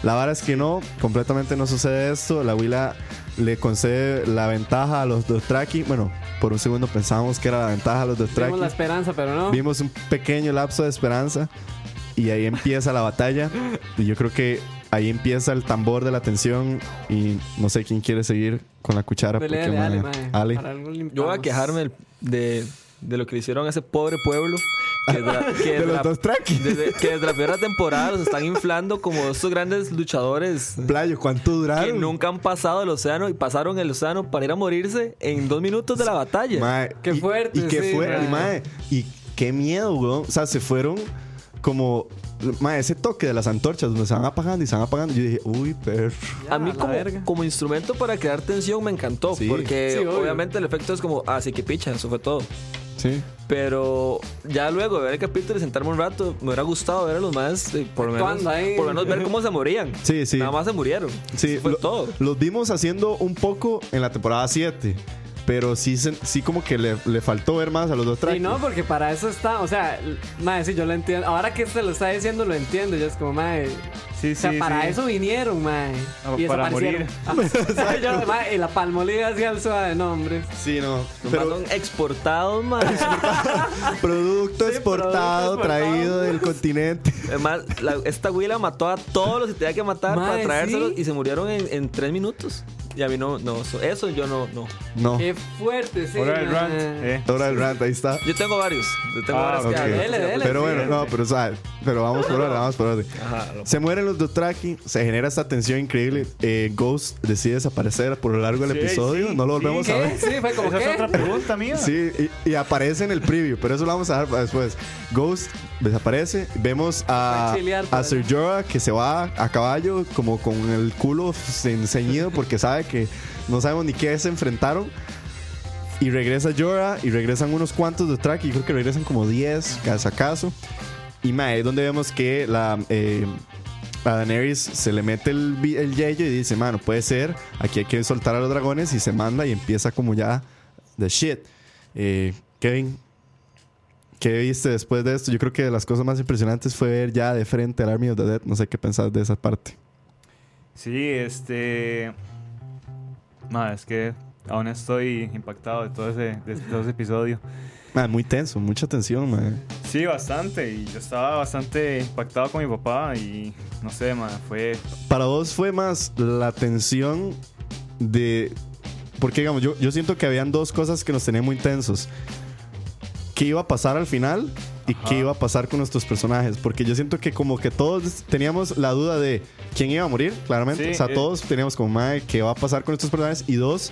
La vara es que no, completamente no sucede esto. La Willa le concede la ventaja a los Dothraki. Bueno, por un segundo pensábamos que era la ventaja a los Dothraki. Tenemos la esperanza, pero no. Vimos un pequeño lapso de esperanza y ahí empieza la batalla. Y yo creo que ahí empieza el tambor de la tensión y no sé quién quiere seguir con la cuchara. Dele, porque, dale, madre, mae. Ale. Para algo Yo voy a limitamos. quejarme del- de, de lo que le hicieron a ese pobre pueblo. Que, dra- que De los dra- dos traquis. desde- que desde la primera temporada los están inflando como estos grandes luchadores Playo, ¿cuánto que duraron? nunca han pasado el océano y pasaron el océano para ir a morirse en dos minutos de la batalla. Mae, Qué y- fuerte, Y, qué sí, fuerte, mae. mae. Y qué miedo, weón. O sea, se fueron como. Mae, ese toque de las antorchas donde se van apagando y se van apagando. Yo dije, uy, perro. A mí la como, verga. como instrumento para crear tensión me encantó, Sí. porque Sí, obvio. obviamente el efecto es como, ah, sí que picha, eso fue todo. Sí. Pero ya luego de ver el capítulo y sentarme un rato, me hubiera gustado ver a los más, eh, por lo menos, Actuando ahí. por lo menos ver cómo se morían. Sí, sí. Nada más se murieron. Sí, Eso fue lo- todo. los vimos haciendo un poco en la temporada 7. Pero sí, se- sí como que le, le faltó ver más a los dos Y trajes. no, porque para eso está, o sea, l- mae, sí, yo lo entiendo. Ahora que se lo está diciendo, lo entiendo. Yo es como, mae. Sí, o sea, sí, para sí. eso vinieron, mae. Ah, y para desaparecieron. Ah, yo, mae, y la palmolida hacia el suave, no, hombre. Sí, no. Los más Pero son exportados, man. producto exportado, producto traído exportado. del continente. Además, la- esta güila mató a todos los que tenía que matar Mae, para traérselos sí. y se murieron en, en tres minutos. Y a mí no, no, eso, eso yo no, no. No. Qué fuerte, sí. Hora del mae. rant. eh. Dora del Rant, ahí está. Yo tengo varios. Yo tengo Ah, varios ok. que hablo. Dele, dele. Pero bueno, no, pero, o sea, pero vamos por orden, vamos por orden. Ajá, lo- Se mueren los Dothraki, se genera esta tensión increíble. eh, Ghost decide desaparecer por lo largo del Sí, episodio, sí, no lo volvemos sí. a ver. ¿Qué? Sí, fue como Esa que. es otra pregunta mía. Sí, y, y aparece en el preview, pero eso lo vamos a dejar para después. Ghost desaparece, vemos Va a, a chilear a para Sir Jorah que se va a caballo como con el culo cen- ceñido porque sabe que no sabemos ni qué se enfrentaron. Y regresa Jorah y regresan unos cuantos de track y creo que regresan como 10, caso a caso. Y mae, es donde vemos que la... eh, a Daenerys se le mete el, vi- el yello y dice, mano, puede ser, aquí hay que soltar a los dragones y se manda y empieza como ya the shit. Eh, Kevin, ¿qué viste después de esto? Yo creo que de las cosas más impresionantes fue ver ya de frente al Army of the Dead. No sé qué pensás de esa parte. Sí, este. Madre, es que aún estoy impactado de todo ese, de todo ese episodio. Ah, muy tenso, mucha tensión, man. Sí, bastante. Y yo estaba bastante impactado con mi papá. Y no sé, madre, fue. Para vos fue más la tensión de... Porque, digamos, yo, yo siento que habían dos cosas que nos tenían muy tensos. ¿Qué iba a pasar al final? ¿Y qué iba a pasar con nuestros personajes? Porque yo siento que como que todos teníamos la duda de quién iba a morir, claramente. Sí, o sea, eh. todos teníamos como, madre, ¿qué va a pasar con estos personajes? Y dos,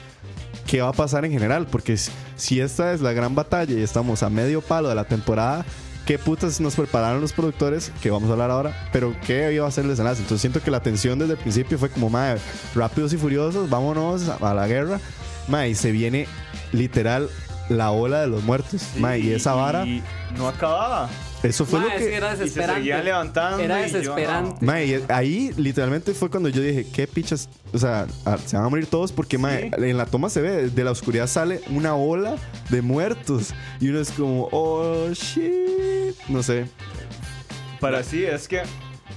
¿qué va a pasar en general? Porque si- si esta es la gran batalla y estamos a medio palo de la temporada, ¿qué putas nos prepararon los productores? Que vamos a hablar ahora, pero ¿qué iba a ser el desenlace? Entonces siento que la tensión desde el principio fue como, madre, rápidos y furiosos, vámonos a, a la guerra. Madre, y se viene literal la ola de los muertos. Mae, y esa vara, y no acababa. eso fue Mae, lo es que... que era Y se seguían desesperante. levantando. Era y yo, desesperante. Mae, y ahí literalmente fue cuando yo dije, qué pichas, o sea, a- se van a morir todos porque mae, en la toma se ve, de la oscuridad sale una ola de muertos y uno es como, oh shit, no sé. no. Para sí, es que.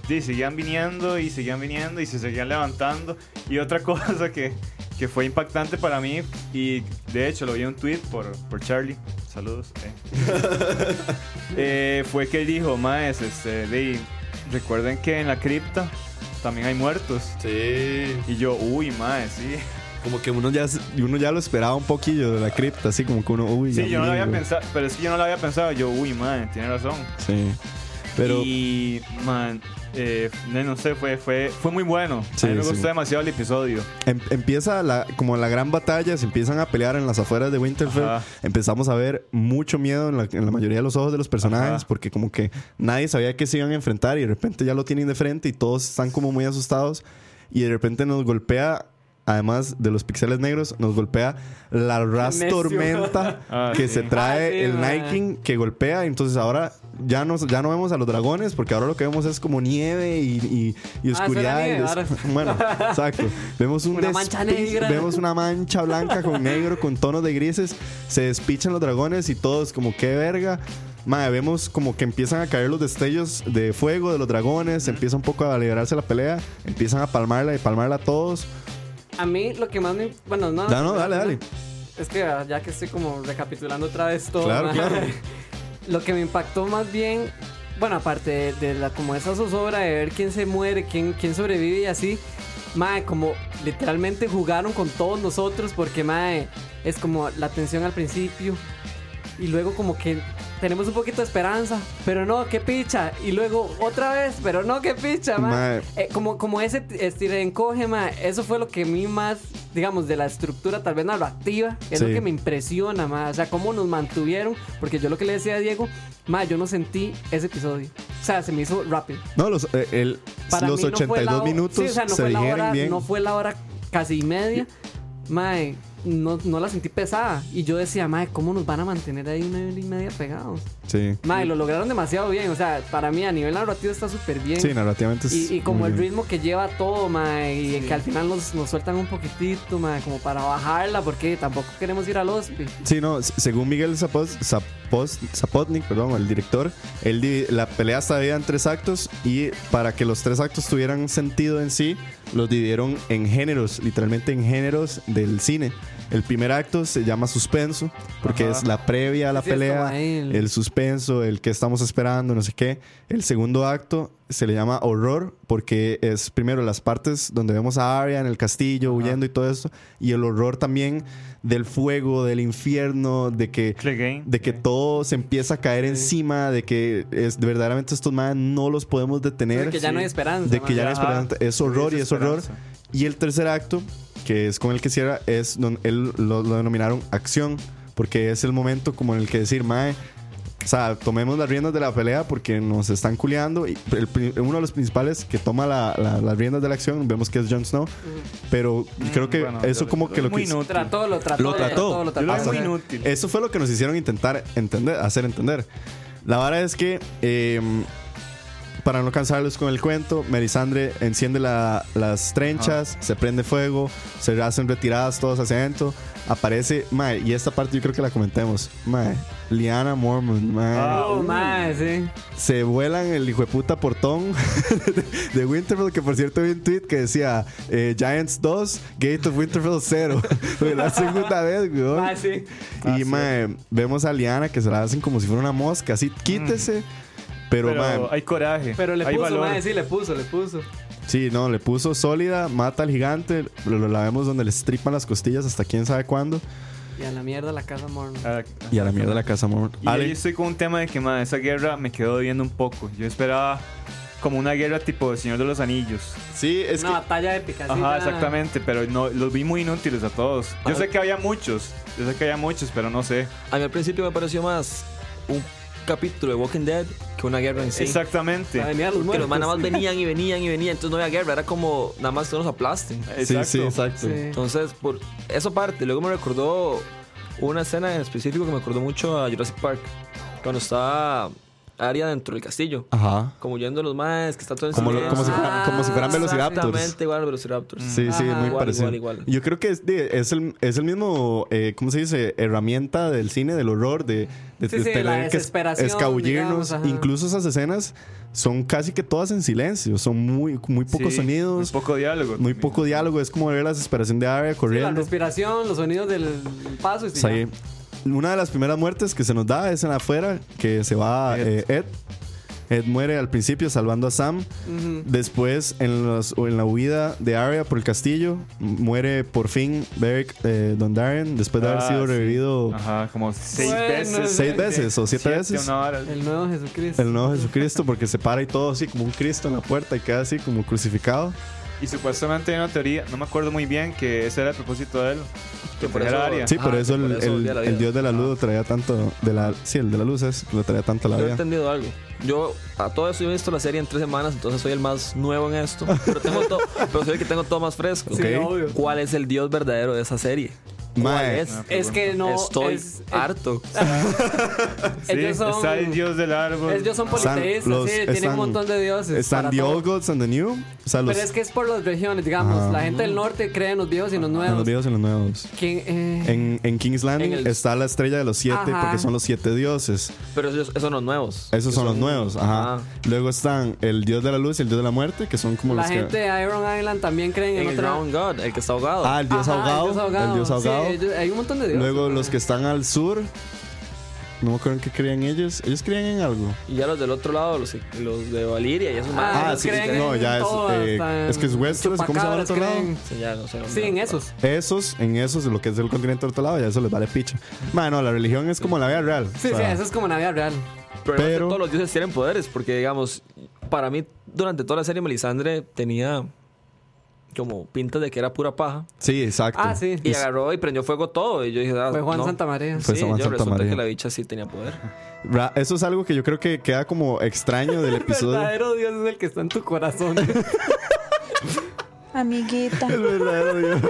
sí, seguían viniendo y seguían viniendo y se seguían levantando. Y otra cosa que, que fue impactante para mí. Y de hecho, lo vi en un tweet por, por Charlie. Saludos. eh. Eh, fue que él dijo, maes, este, de- recuerden que en la cripta también hay muertos. Sí. Y yo, uy, maes, sí. Como que uno ya, uno ya lo esperaba un poquillo de la cripta, así como que uno, uy, Sí, ya yo no lo morí, había güey". pensado, pero es que yo no lo había pensado. Yo, uy, man, tiene razón. Sí. Pero Y, man, eh, no no sé, fue, fue, fue muy bueno. Sí, a mí me sí. gustó demasiado el episodio. Em- empieza la, como la gran batalla, se empiezan a pelear en las afueras de Winterfell. Ajá. Empezamos a ver mucho miedo en la, en la mayoría de los ojos de los personajes, Ajá. porque como que nadie sabía que se iban a enfrentar y de repente ya lo tienen de frente y todos están como muy asustados. Y de repente nos golpea, además de los pixeles negros, nos golpea la ras necio. tormenta Ah, que sí. se trae Ah, sí, el ma. Night King que golpea. Entonces ahora ya, no ya no vemos a los dragones, porque ahora lo que vemos es como nieve y, y- y Ah, eso era oscuridad. y nieve, des- ahora- bueno, exacto. Vemos un Una mancha despiz- negra. Vemos una mancha blanca con negro, con tonos de grises. Se despichan los dragones y todos como qué verga. Madre, vemos como que empiezan a caer los destellos de fuego de los dragones. Empieza un poco a liberarse la pelea. Empiezan a palmarla y palmarla a todos. A mí lo que más me. Bueno, no. Ya no, dale, dale. Es que ah, ya que estoy como recapitulando otra vez todo. Claro, ma, claro. Lo que me impactó más bien, bueno, aparte de, de la como esa zozobra de ver quién se muere, quién, quién sobrevive y así, mae, como literalmente jugaron con todos nosotros porque mae, es como la tensión al principio y luego como que tenemos un poquito de esperanza, pero no, qué picha, y luego otra vez, pero no, qué picha, mae. Mae. Eh, como, como ese t- estire encoge, ma, eso fue lo que a mí más, digamos, de la estructura tal vez narrativa, es Sí. lo que me impresiona, ma, o sea, cómo nos mantuvieron, porque yo lo que le decía a Diego, ma, yo no sentí ese episodio, o sea, se me hizo rápido. No, los, eh, el- Para los mí no fue 82 la ho- minutos sí, o sea, no se fue la digieren hora- bien. No fue la hora casi y media, ma, eh, no, no la sentí pesada, y yo decía, ma, ¿cómo nos van a mantener ahí una hora y media pegados? sí. Ma, y lo lograron demasiado bien, o sea, para mí a nivel narrativo está súper bien. Sí, narrativamente es Y, y como muy el bien. ritmo que lleva todo, mae, y que al final nos, nos sueltan un poquitito, mae, como para bajarla, porque tampoco queremos ir al hospital. Sí, no, s- según Miguel Zapos- Zapos- Zapotnik, perdón, el director, él di- la pelea estaba dividida en tres actos y para que los tres actos tuvieran sentido en sí, los dividieron en géneros, literalmente en géneros del cine. El primer acto se llama suspenso, porque Ajá. es la previa a la Es cierto, pelea, Mael. el suspenso, el que estamos esperando, no sé qué. El segundo acto se le llama horror, porque es primero las partes donde vemos a Arya en el castillo huyendo y todo eso, y el horror también del fuego, del infierno, de que Clegane. de que Sí. todo se empieza a caer encima, de que es, de verdaderamente estos más no los podemos detener. De que ya no hay esperanza. De que ya no hay Ajá. esperanza. Es horror y es horror. Desesperanza. Y el tercer acto, que es con el que cierra, es don- él lo, lo denominaron acción, porque es el momento como en el que decir, mae. O sea, tomemos las riendas de la pelea porque nos están culeando. Y el pri- uno de los principales que toma la- la- las riendas de la acción, vemos que es Jon Snow. Pero creo que Mm, bueno, eso yo- como yo que lo muy que... no- Trató, lo trató. Lo trató. lo Yo lo veo trató. muy inútil. Eso fue lo que nos hicieron intentar entender, hacer entender. La vara es que, eh, para no cansarlos con el cuento, Melisandre enciende la- las trenchas, se prende fuego, se hacen retiradas todos hacia adentro. Aparece, mae, y esta parte yo creo que la comentemos. Mae, Liana Mormon, mae. Ah, Oh, mae, sí. Se vuelan el hijo de puta portón de Winterfell, que por cierto vi un tweet que decía eh, Giants 2, Gate of Winterfell 0. la segunda vez, weón. Mae, sí. Y mae, vemos a Liana que se la hacen como si fuera una mosca, así quítese. Pero, Pero, mae, hay coraje. Pero le hay puso, valor. mae, sí, le puso, le puso. sí, no, le puso sólida, mata al gigante, lo, lo- la vemos donde le stripan las costillas hasta quién sabe cuándo. Y a la mierda la casa morna. Ah, Y a la mierda la casa amor. Y ahí estoy con un tema de que madre, esa guerra me quedó viendo un poco. Yo esperaba como una guerra tipo El Señor de los Anillos. sí, es Una batalla épica. sí, Ajá, ya. exactamente, pero no, los vi muy inútiles a todos. Yo sé que había muchos, yo sé que había muchos, pero no sé. A mí al principio me pareció más un capítulo de Walking Dead que una guerra en sí. Exactamente. Para venir a los Porque los muertos. manes nada más venían y venían y venían, entonces no había guerra, era como nada más todos nos aplasten. que. Sí, sí, exacto. Sí. Entonces, por eso parte, luego me recordó una escena en específico que me acordó mucho a Jurassic Park, cuando estaba Aria dentro del castillo, Ajá. como huyendo de los maes, que está todo en Como, lo- silencio. como si fueran, como si fueran Ah, velociraptors. Exactamente igual a Velociraptors. Sí, sí, Ajá. muy Igual, parecido. igual, igual. Yo creo que es, de- es el, es el mismo, eh, ¿cómo se dice? Herramienta del cine, del horror, de, de- Sí, de sí, la desesperación, escabullirnos. digamos, ajá. Incluso esas escenas son casi que todas en silencio, son muy, muy pocos Sí, sonidos, Muy poco diálogo. muy también. poco diálogo. Es como ver la desesperación de Arya La corriendo. respiración, los sonidos del paso. Y O sea, sí, ya. una de las primeras muertes que se nos da es en afuera, que se va eh, Ed. Ed. Ed muere al principio salvando a Sam. Después, en, los- o en la huida de Arya por el castillo, m- muere por fin Beric eh, Dondarrion después de haber Ah, sido sí. revivido Ajá, como seis Bueno, veces. Seis veces o siete veces. una hora. El nuevo Jesucristo. el nuevo Jesucristo porque se para y todo así como un Cristo en la puerta y queda así como crucificado. Y supuestamente hay una teoría, no me acuerdo muy bien, que ese era el propósito de él. Que Que por por eso- área. Sí, Ajá, por eso, que por el, eso el- volvió a la vida. el Dios de la luz lo traía tanto de la sí, el de la luz es lo traía tanto a la Yo he vida. entendido algo. Yo a todo eso yo he visto la serie en tres semanas, entonces soy el más nuevo en esto. Pero tengo todo, pero soy el que tengo todo más fresco. Sí, Ok. obvio. ¿Cuál es el dios verdadero de esa serie? ¿Cuál Mae. es? Es que no. Estoy es- es- harto. Sí, ellos son- Está el dios del árbol. Ellos son Están politeístas, los- sí, tienen están- un montón de dioses. Están para the todo. old gods and the new, o sea, los, Ah. Pero es que es por las regiones, digamos. La gente del norte cree en los viejos y en los en los nuevos. viejos y los nuevos. ¿Quién, eh? En, en King's Landing En el- está la estrella de los siete Ajá. porque son los siete dioses. Pero esos, esos son los nuevos. Esos son los nuevos, ajá. Ah. Luego están el dios de la luz y el dios de la muerte, que son como La los gente que... de Iron Island también creen en, En el otra. Round God, el que está ahogado. Ah, el dios Ajá, ahogado. El dios ahogado. Sí, ellos- hay un montón de dioses. Luego mae. los que están al sur. No me acuerdo en qué creían ellos. Ellos creían en algo. Y ya los del otro lado, los, los de Valiria y esos Ah, más. ellos creen en no, ya es. todo, eh, hasta en es que es Westeros, ¿cómo se llama el otro chupacabras lado? creen. Sí, ya no sé. Sí, en esos. Esos, en esos, lo que es el continente del otro lado, ya eso les vale picha. Mano, la religión es como la vida real. Sí, o sea, sí, eso es como Navidad real. Pero, no es que Pero- todos los dioses tienen poderes, porque digamos, para mí durante toda la serie Melisandre tenía como pinta de que era pura paja. sí, exacto. Ah, sí. Y agarró y prendió fuego todo. Y yo dije, ah, Fue Juan no. Santa María. Fue Sí, Juan yo Santa resulta María. que la bicha sí tenía poder. Ra- Eso es algo que yo creo que queda como extraño del El episodio. verdadero Dios es el que está en tu corazón. Amiguita. El verdadero Dios.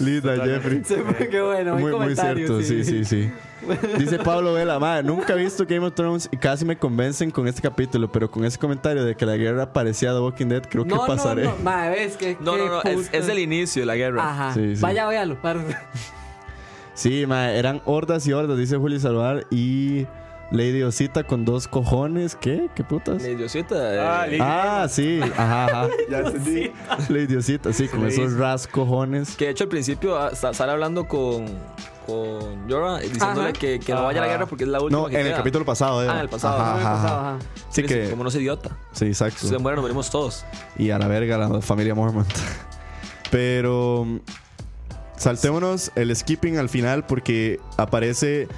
Linda, Jeffrey. Siempre que bueno, hay Muy, muy cierto, comentarios, sí, sí, sí. Dice Pablo Vela, madre, nunca he visto Game of Thrones y casi me convencen con este capítulo, pero con ese comentario de que la guerra parecía The Walking Dead, creo que No, no, pasaré. no, mae, ves que No, qué no, no. Es, puta. es el inicio de la guerra. Ajá. Sí, sí. Vaya, véalo, parce. Sí, madre, eran hordas y hordas, dice Julio Salvar, y Lady Osita con dos cojones. ¿Qué? ¿Qué putas? Lady Osita. Ah, eh, Lady- Ah, sí. Ajá, ajá. Ya entendí. Lady Osita, sí, con le esos hizo. rascojones. que de hecho al principio ah, sa- sale hablando con, con Jorah, eh, diciéndole Ajá. que, que no vaya a la Ajá. guerra porque es la última. No, que en el queda. capítulo pasado. era. Ah, en el pasado, Ajá, en el ajá, ajá. Ajá, ajá. Sí, Sí, que. Como no es idiota. Sí, exacto. Si se muere, nos morimos todos. Y a la verga la familia Mormont. Pero mm, saltémonos el skipping al final porque aparece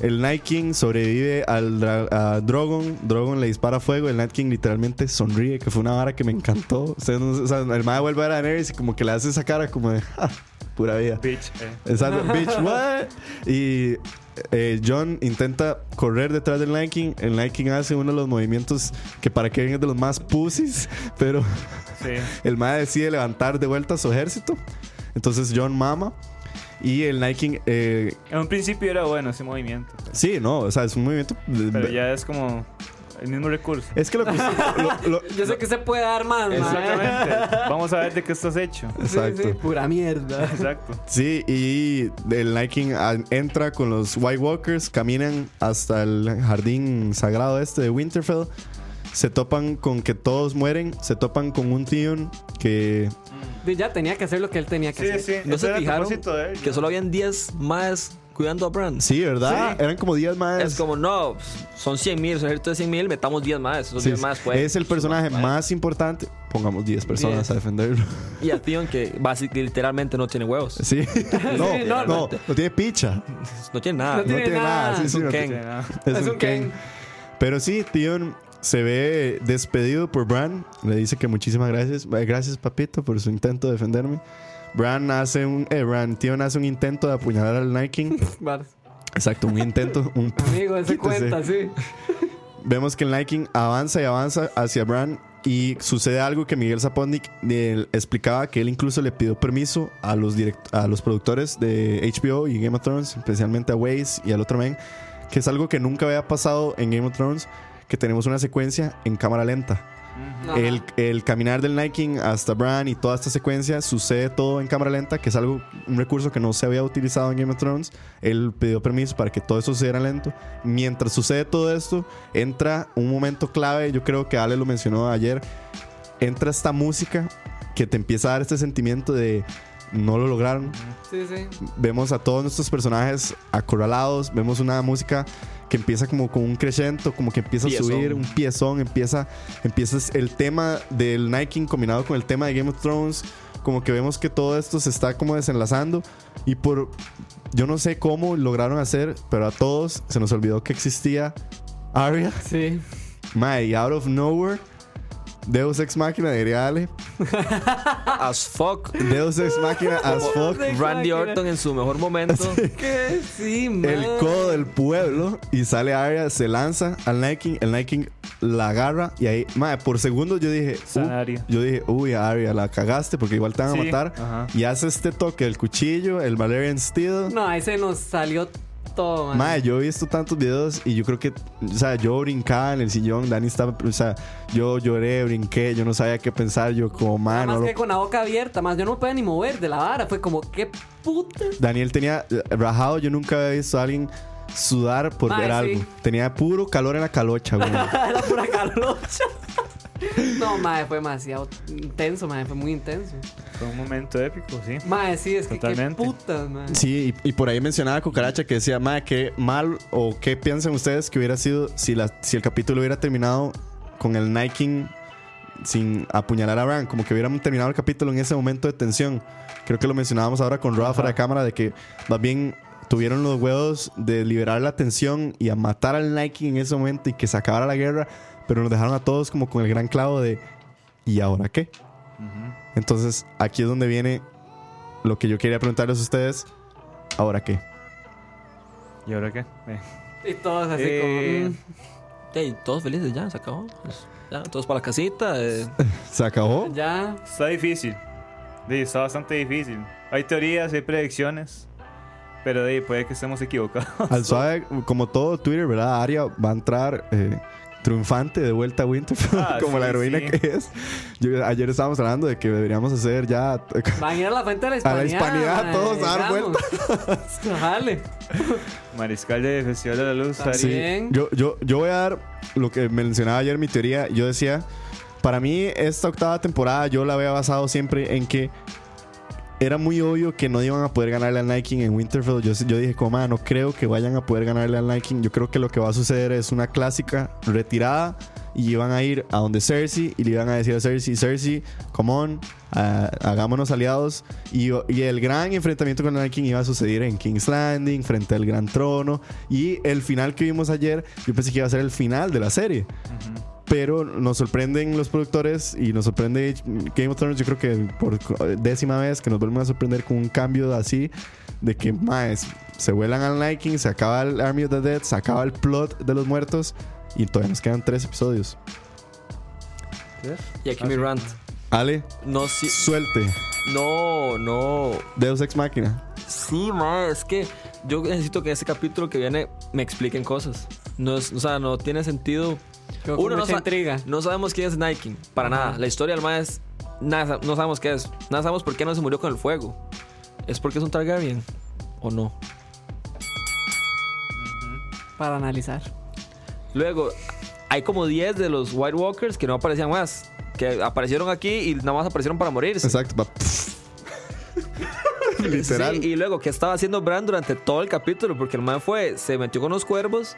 el Night King, sobrevive al dra- a Drogon, Drogon le dispara fuego, el Night King literalmente sonríe, que fue una vara que me encantó. O sea, no- o sea, el mae vuelve a ver a Daenerys y como que le hace esa cara como de "Ja, pura vida. Bitch. eh. Exacto, bitch, what? Y eh, John intenta correr detrás del Night King. El Night King hace uno de los movimientos que para Kevin es de los más pussies, pero Sí. el MAE decide levantar de vuelta a su ejército. Entonces John mama. Y el Night King, eh, En un principio era bueno ese movimiento. sí, no, o sea, es un movimiento. Pero ya es como el mismo recurso. Es que lo que. lo- lo- Yo sé que se puede dar más, mae. Exactamente. Vamos a ver de qué estás hecho. exacto. Sí, sí, pura mierda. Exacto. Sí, y el Night King al- entra con los White Walkers, caminan hasta el jardín sagrado este de Winterfell. Se topan con que todos mueren, se topan con un Theon que. Y ya tenía que hacer lo que él tenía que Sí, hacer. sí. ¿No ese se era el fijaron propósito de él, que ¿no? solo habían 10 más cuidando a Bran? Sí, ¿verdad? Sí. Eran como 10 más. Es como, no, son 100 mil, son ejército de 100 mil, metamos 10 más. Esos Sí, 10 más, pues. es el personaje más importante. Pongamos 10 personas Diez. a defenderlo. Y a Theon, que básicamente literalmente no tiene huevos. Sí. no, Sí, no, no, no, tiene picha. No tiene nada. No No tiene nada. Sí, Es sí, un no Ken. Sí, tiene- nada. Es, un Ken. Pero sí, Tion se ve despedido por Bran. Le dice que muchísimas gracias. Eh, Gracias, papito, por su intento de defenderme. Bran hace un. Eh, Bran, Tion hace un intento de apuñalar al Night King. Vale. Exacto, un intento. Un Amigo, ese Quítese. cuenta, sí. Vemos que el Night King avanza y avanza hacia Bran. Y sucede algo que Miguel Sapondic eh, explicaba que él incluso le pidió permiso a los, direct- a los productores de HBO y Game of Thrones, especialmente a Waze y al otro men, que es algo que nunca había pasado en Game of Thrones, que tenemos una secuencia en cámara lenta. Ajá. El, el caminar del Night King hasta Bran y toda esta secuencia sucede todo en cámara lenta, que es algo, un recurso que no se había utilizado en Game of Thrones. Él pidió permiso para que todo eso sucediera lento. Mientras sucede todo esto, entra un momento clave, yo creo que Ale lo mencionó ayer, entra esta música que te empieza a dar este sentimiento de no lo lograron, Sí, sí. vemos a todos nuestros personajes acorralados, vemos una música que empieza como con un crescendo, como que empieza Piezón. a subir, un piezón, empieza, empieza el tema del Night King combinado con el tema de Game of Thrones, como que vemos que todo esto se está como desenlazando y por, yo no sé cómo lograron hacer, pero a todos se nos olvidó que existía Arya, Sí. Mae, Out of Nowhere, Deus Ex Machina, diría Ale, As fuck. Deus Ex Machina as fuck. Randy Orton en su mejor momento. ¿Qué? Sí, mae. el codo del pueblo y sale Arya, se lanza al Night King, el Night King la agarra y ahí, madre, por segundo yo dije, "Uh", Sanaria. yo dije, uy, Arya, la cagaste porque igual te van a Sí, matar. ajá. Y hace este toque del cuchillo, el Valerian Steel. No, ahí se nos salió todo, mae. Madre, yo he visto tantos videos y yo creo que, o sea, yo brincaba en el sillón, Dani estaba, o sea, yo lloré, brinqué, yo no sabía qué pensar, yo como, Nada mano, más que con la boca abierta, más yo no me podía ni mover de la vara. Fue como, qué puta. Daniel tenía eh, rajado, yo nunca había visto a alguien sudar por Mae, ver sí. algo. Tenía puro calor en la calocha, güey. Era pura calocha. No, madre, fue demasiado intenso, madre, fue muy intenso. Fue un momento épico, sí. Madre, sí, es que Totalmente. qué putas, madre. Sí, y, y por ahí mencionaba Cucaracha que decía, madre, qué mal o qué piensan ustedes que hubiera sido si, la, si el capítulo hubiera terminado con el Night King sin apuñalar a Bran, como que hubieran terminado el capítulo en ese momento de tensión. Creo que lo mencionábamos ahora con Rob fuera de cámara, de que más bien tuvieron los huevos de liberar la tensión y a matar al Night King en ese momento y que se acabara la guerra, pero nos dejaron a todos como con el gran clavo de, ¿y ahora qué? Entonces, aquí es donde viene lo que yo quería preguntarles a ustedes. ¿Ahora qué? ¿Y ahora qué? Eh, Y todos así Eh, como. mm. Ey, todos felices ya, se acabó. Pues, ya, todos para la casita. eh. ¿Se acabó? "Mm, Ya. Está difícil. Sí, está bastante difícil. Hay teorías, hay predicciones. Pero de, puede que estemos equivocados. Al suave, como todo Twitter, ¿verdad? Aria va a entrar eh, triunfante de vuelta a Winterfell, Ah, como sí, la heroína sí. que es. Yo- ayer estábamos hablando de que deberíamos hacer ya. Van a ir a la fuente de la A la hispanidad. Hispanidad, mae, todos a dar digamos. Jale. Mariscal de Festival de la Luz. Ari. Sí. Bien. Yo, yo, yo voy a dar lo que mencionaba ayer, mi teoría. Yo decía, para mí esta octava temporada yo la había basado siempre en que era muy obvio que no iban a poder ganarle al Night King en Winterfell. Yo, yo dije, como, "Ah, no creo que vayan a poder ganarle al Night King. Yo creo que lo que va a suceder es una clásica retirada y iban a ir a donde Cersei y le iban a decir a Cersei, Cersei, come on, ah, hagámonos aliados. Y, y el gran enfrentamiento con el Night King iba a suceder en King's Landing, frente al Gran Trono. Y el final que vimos ayer, yo pensé que iba a ser el final de la serie. Pero nos sorprenden los productores y nos sorprende Game of Thrones. Yo creo que por décima vez que nos vuelven a sorprender con un cambio así de que más se vuelan al Night King, se acaba el Army of the Dead, se acaba el plot de los muertos y todavía nos quedan tres episodios. Y aquí mi rant. Ale, No, sí. suelte. No, no. Deus Ex Máquina. Sí, ma, es que yo necesito que este capítulo que viene me expliquen cosas. No es- o sea, no tiene sentido. Creo que mucha sa- intriga. no sabemos quién es Nike, para nada. La historia del más nada, sa- no sabemos qué es. Nada sabemos por qué no se murió con el fuego. ¿Es porque es un Targaryen o no? Para analizar. Luego, hay como 10 de los White Walkers que no aparecían más. Que aparecieron aquí y nada más aparecieron para morirse. Exacto. va- Literal. Sí, y luego, ¿qué estaba haciendo Bran durante todo el capítulo? Porque el man fue, se metió con los cuervos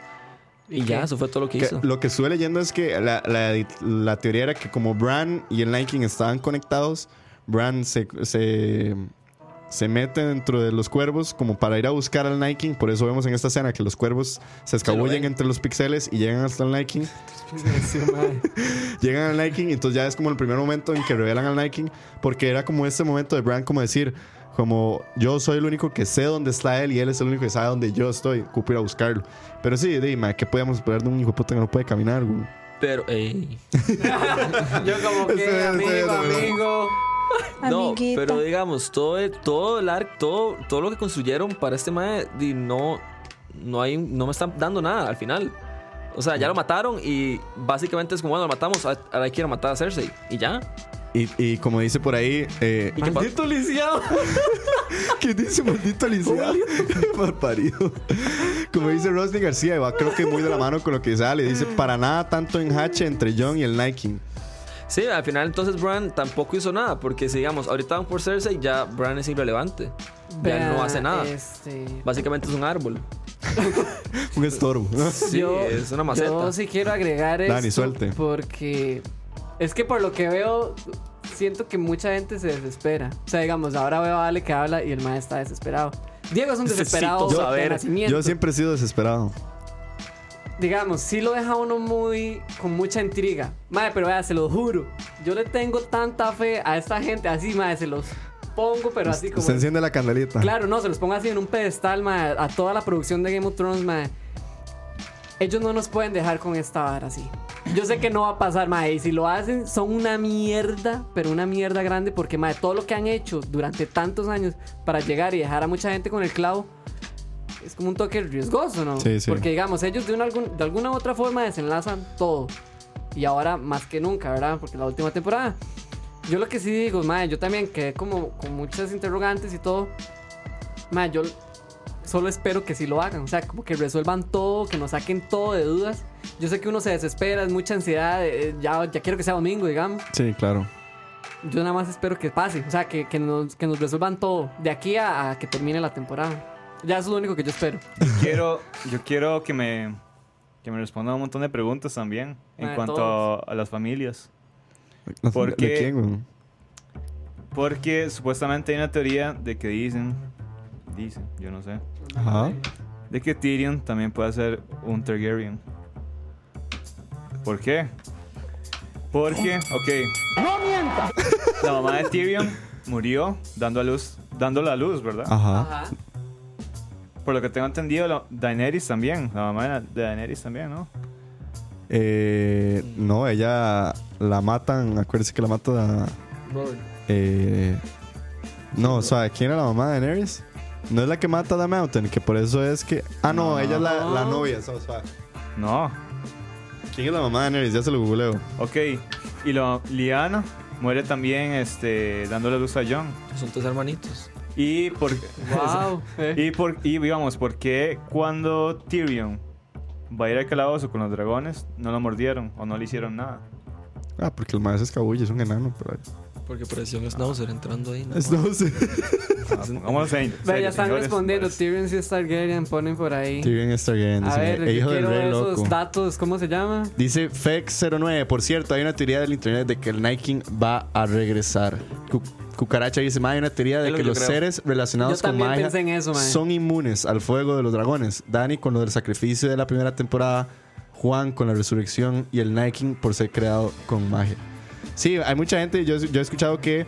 y, ya, eso fue todo lo que, Que hizo. lo que estuve leyendo es que la, la- la teoría era que como Bran y el Night King estaban conectados, Bran se, se, se mete dentro de los cuervos como para ir a buscar al Night King. Por eso vemos en esta escena que los cuervos se escabullen ven. entre los pixeles y llegan hasta el Night King. Sí, mae. Llegan al Night King y entonces ya es como el primer momento en que revelan al Night King. Porque era como este momento de Bran como decir... Como yo soy el único que sé dónde está él y él es el único que sabe dónde yo estoy, ocupo ir a buscarlo. Pero sí, dime, ¿qué podíamos esperar de un hijo de puta que no puede caminar, güey? Pero, ey. Yo como Ese- que ese- amigo, ese- amigo. No, Amiguita. pero digamos, todo, el- todo el arc, todo, todo lo que construyeron para este mae, di, no, no, hay, no me están dando nada al final. O sea, ya lo mataron y básicamente es como, bueno, lo matamos, a- ahora hay que ir a matar a Cersei. Y ya. Y, y como dice por ahí, eh, ¿Y qué pa- Maldito lisiado. ¿qué dice maldito Alicia? Mal parido. Como dice Rosny García, y va creo que muy de la mano con lo que sale. Dice, para nada tanto enjache entre John y el Nike. Sí, al final entonces Bran tampoco hizo nada, porque si digamos, ahorita van por Cersei, ya Bran es irrelevante. ya no Vea, hace nada. Este, Básicamente es un árbol. Un estorbo. Sí, es una maceta. Yo sí quiero agregar eso. Dani, suelte. Porque es que por lo que veo, siento que mucha gente se desespera. O sea, digamos, ahora veo a Ale que habla y el maestro está desesperado. Diego es un desesperado Necesito de saber. nacimiento. Yo siempre he sido desesperado. Digamos, sí lo deja uno muy con mucha intriga. Madre, pero vea, se lo juro. Yo le tengo tanta fe a esta gente así, madre, se los pongo, pero así como. Se enciende la candelita. Claro, no, se los pongo así en un pedestal, mae, a toda la producción de Game of Thrones, mae. Ellos no nos pueden dejar con esta vara así. Yo sé que no va a pasar, mae, y si lo hacen, son una mierda, pero una mierda grande, porque, mae, todo lo que han hecho durante tantos años para llegar y dejar a mucha gente con el clavo, es como un toque riesgoso, ¿no? Sí, sí. Porque, digamos, ellos de, una, algún- de alguna u otra forma desenlazan todo. Y ahora más que nunca, ¿verdad? Porque la última temporada. Yo lo que sí digo, mae, yo también quedé como con muchas interrogantes y todo. Mae, yo solo espero que sí lo hagan. O sea, como que resuelvan todo, que nos saquen todo de dudas. Yo sé que uno se desespera, es mucha ansiedad. eh, ya, ya quiero que sea domingo, digamos. Sí, claro. Yo nada más espero que pase. O sea, que, que nos, que nos resuelvan todo de aquí a, a que termine la temporada. Ya eso es lo único que yo espero. quiero, yo quiero que me, que me respondan un montón de preguntas también en Ah, cuanto a, todos. a las familias. ¿Por ¿Por qué? ¿De quién, güey? Porque supuestamente hay una teoría de que dicen, dicen, yo no sé, Ajá. de que Tyrion también puede ser un Targaryen. ¿Por qué? Porque, ok. ¡No mientas! La mamá de Tyrion murió dando a luz, dando la luz, ¿verdad? Ajá. Por lo que tengo entendido, la- Daenerys también, la mamá de Daenerys también, ¿no? Eh, no, ella la matan. Acuérdense que la mata. Eh, no, o sea, ¿quién era la mamá de Daenerys? No es la que mata a The Mountain, que por eso es que. Ah, no, No. ella es la, la novia. o sea, o sea, No. ¿Quién es la mamá de Daenerys? Ya se lo googleo. Ok, y lo, Liana muere también este, dándole luz a John. Son tres hermanitos. Y por, Wow. y por y digamos, ¿por qué cuando Tyrion va a ir al calabozo con los dragones no lo mordieron o no le hicieron nada? Ah, porque el maestro es cabulle, es un enano. Pero... Porque pareció un Snowser entrando ahí. ¿no? pues, Entonces, Ah, pongámonos en Vea, serio, ya están señores. respondiendo. Tyrion y Stargarian ponen por ahí. Tyrion Stargarian A dice, ver, "E yo hijo del quiero rey esos loco. datos. ¿Cómo se llama? Dice Fex09, por cierto, hay una teoría del internet de que el Nike va a regresar. Cu- Cucaracha dice, "Ma, hay una teoría de Es lo que, que yo los creo. seres relacionados Yo con también magia pensé en eso, mae. son inmunes al fuego de los dragones. Dani con lo del sacrificio de la primera temporada, Juan con la resurrección y el Nike por ser creado con magia. Sí, hay mucha gente, yo, yo he escuchado que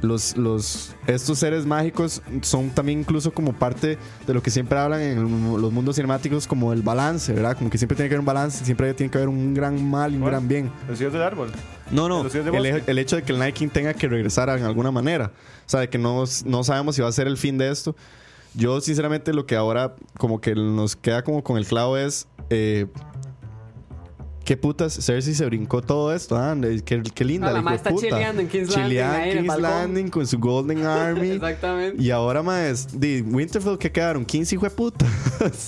los, los, estos seres mágicos son también incluso como parte de lo que siempre hablan en el- los mundos cinemáticos como el balance, ¿verdad? Como que siempre tiene que haber un balance, siempre tiene que haber un gran mal y un ¿Cuál? gran bien. Los hijos del árbol. No, no, Los hijos de el, bosque. el hecho de que el Nike tenga que regresar en alguna manera, o sea, de que no, no sabemos si va a ser el fin de esto. Yo sinceramente lo que ahora como que nos queda como con el clavo es... Eh, ¿Qué putas? Cersei se brincó todo esto. Ah, qué, qué linda. Ah, la hijo ma de está puta. chileando en King's Landing, Chileando ahí en en el King's balcón. Landing con su Golden Army. Exactamente. Y ahora, más, de Winterfell que quedaron 15 hijos de putas.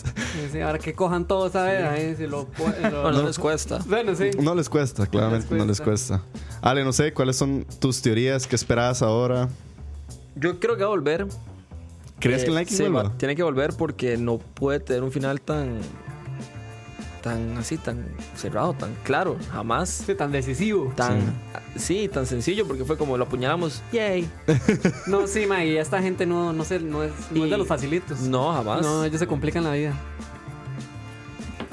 Sí, sí, ahora que cojan todos, a ver, ahí se lo, po- lo- Bueno, no les cuesta. Bueno, sí. No les cuesta, claramente no les cuesta. Ale, no sé, ¿cuáles son tus teorías? ¿Qué esperabas ahora? Yo creo que va a volver. ¿Crees Eh, que el Nike sí, vuelva? va- tiene que volver porque no puede tener un final tan. tan así, tan cerrado, tan claro, jamás. Sí, tan decisivo. Tan. Sí, tan sencillo porque fue como lo apuñalamos, yay. No, sí, ma, y esta gente no, no, se, no, es, no es Y- de los facilitos. No, jamás. No, ellos se complican la vida.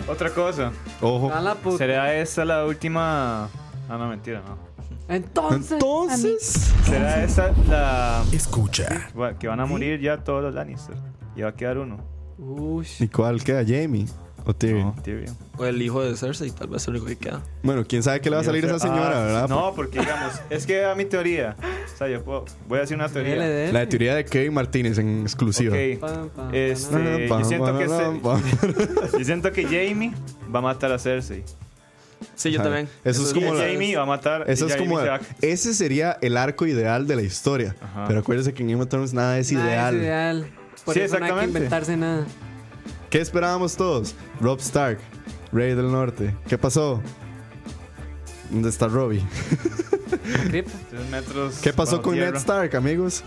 Otra cosa, Ojo. A la puta. ¿será esta la última? Ah, no, mentira, no. Entonces. Entonces, ¿Será esta la Escucha. va- que van a morir ya todos los Lannister? Y va a quedar uno. Ush. ¿y cuál queda? ¿Jamie o Tyrion? No, Tyrion. O el hijo de Cersei, tal vez el único que queda. Bueno, quién sabe qué le va a salir a esa señora, Ah, ¿verdad? No, porque digamos, es que a mi teoría, o sea, yo puedo- voy a decir una Dele, teoría. dele. La teoría de Kevin Martínez en exclusiva. eh. Ok. Pam, pam, Este, pam, yo siento que este- Yo siento que Jamie va a matar a Cersei. Sí, yo Ajá. también. Eso es Y como la- Jamie va a matar Eso es Jamie como, se va a- ese sería el arco ideal de la historia. Ajá. Pero acuérdense que en Game of Thrones nada es pam. Nada ideal. Es ideal. Por Sí, eso no hay exactamente. que inventarse nada. ¿Qué esperábamos todos? Rob Stark, Rey del Norte. ¿Qué pasó? ¿Dónde está Robbie? La cripta. tres metros ¿Qué pasó bajo con tierra. Ned Stark, amigos?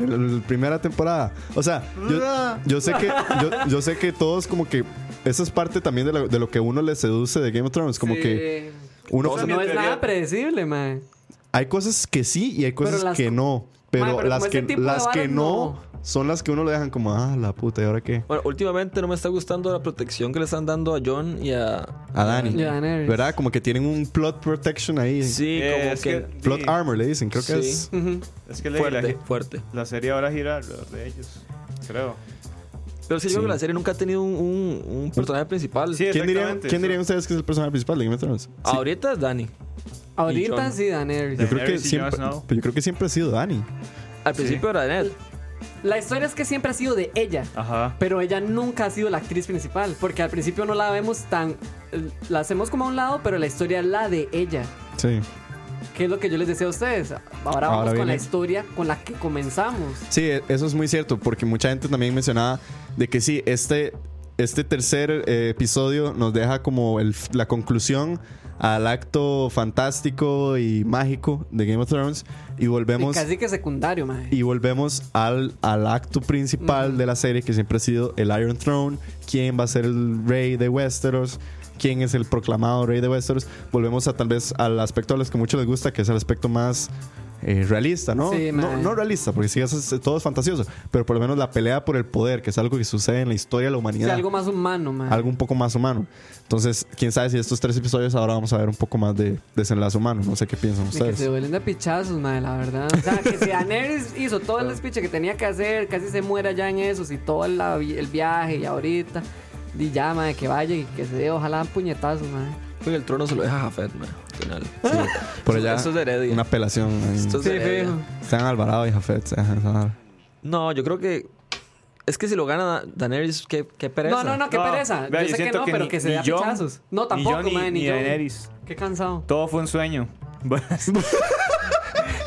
En La la primera temporada. O sea, yo, yo sé que yo, yo sé que todos como que esa es parte también de, la- de lo que uno le seduce de Game of Thrones, como Sí. que uno No, no es teoría. nada predecible, man. hay cosas que sí y hay cosas las- que no, pero, Ma, pero las como que ese tipo de las que varas, no, son las que uno le dejan como ah, la puta, ¿y ahora qué? Bueno, últimamente no me está gustando la protección que le están dando a John y a. A Dani. Ya, Daenerys. ¿Verdad? Como que tienen un plot protection ahí. Sí, Eh, como es que. que, Plot sí, armor le dicen, creo que Sí. es. Ujú. Es que le- la, Fuerte, fuerte. la serie ahora gira alrededor de ellos, creo. Pero sí, yo creo que la serie nunca ha tenido un, un- un personaje principal. Sí, ¿Quién dirían, Exactamente, ¿quién sí. dirían ustedes que es el personaje principal de Game of Thrones? Ahorita es Dani. Ahorita John. sí, Daenerys. Yo creo que Daenerys y Jon siempre, Snow. pero yo creo que siempre ha sido Dani. Al principio era Ned. La historia es que siempre ha sido de ella. Ajá. Pero ella nunca ha sido la actriz principal, porque al principio no la vemos tan... La hacemos como a un lado, pero la historia es la de ella. Sí. ¿Qué es lo que yo les decía a ustedes? Ahora Ahora vamos con viene- la historia con la que comenzamos. Sí, e- eso es muy cierto, porque mucha gente también mencionaba de que sí, este, este tercer eh, episodio nos deja como el f- la conclusión al acto fantástico y mágico de Game of Thrones y volvemos... y casi que secundario, mae. Y volvemos al, al acto principal de la serie, que siempre ha sido el Iron Throne, quién va a ser el rey de Westeros, quién es el proclamado rey de Westeros. Volvemos a tal vez al aspecto a los que mucho les gusta, que es el aspecto más eh, realista, ¿no? Sí, no, mae. no realista, porque sí, eso es- todo es fantasioso, pero por lo menos la pelea por el poder, que es algo que sucede en la historia de la O humanidad. sea, algo más humano, mae. Algo un poco más humano. Entonces, quién sabe si estos tres episodios ahora vamos a ver un poco más de desenlace humano. No sé qué piensan Ni que se ustedes. duelen de pichazos, mae, la verdad. O sea, que si Daenerys hizo todo el despiche que tenía que hacer, casi se muera ya en eso, si todo el, el viaje y ahorita... Y ya, mae, que vaya y que se dé, ojalá dan puñetazos, mae. Porque el trono se lo deja a Jafet, man. Al final. Por allá, Eso es de Heredia. una apelación. ahí. Esto es de Heredia. Están Alvarado y Jafet. ajá, ajá. No, yo creo que Es que si lo gana Daenerys, qué, qué pereza. No, no, no, qué No, pereza. vea, yo sé que siento no, pero ni- que se ni dé a Jon, pichazos. No, tampoco, ni Jon mae, ni, ni ni Jon. Daenerys. Qué cansado. Todo fue un sueño.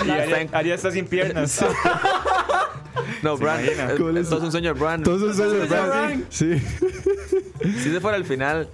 y Aria, Aria está sin piernas. No, ¿Se Bran. imagina? eh, ¿Cómo le- Todo es un sueño de Bran. Entonces, un sueño de sueño de Bran. Bran. Sí. Si se fuera el final,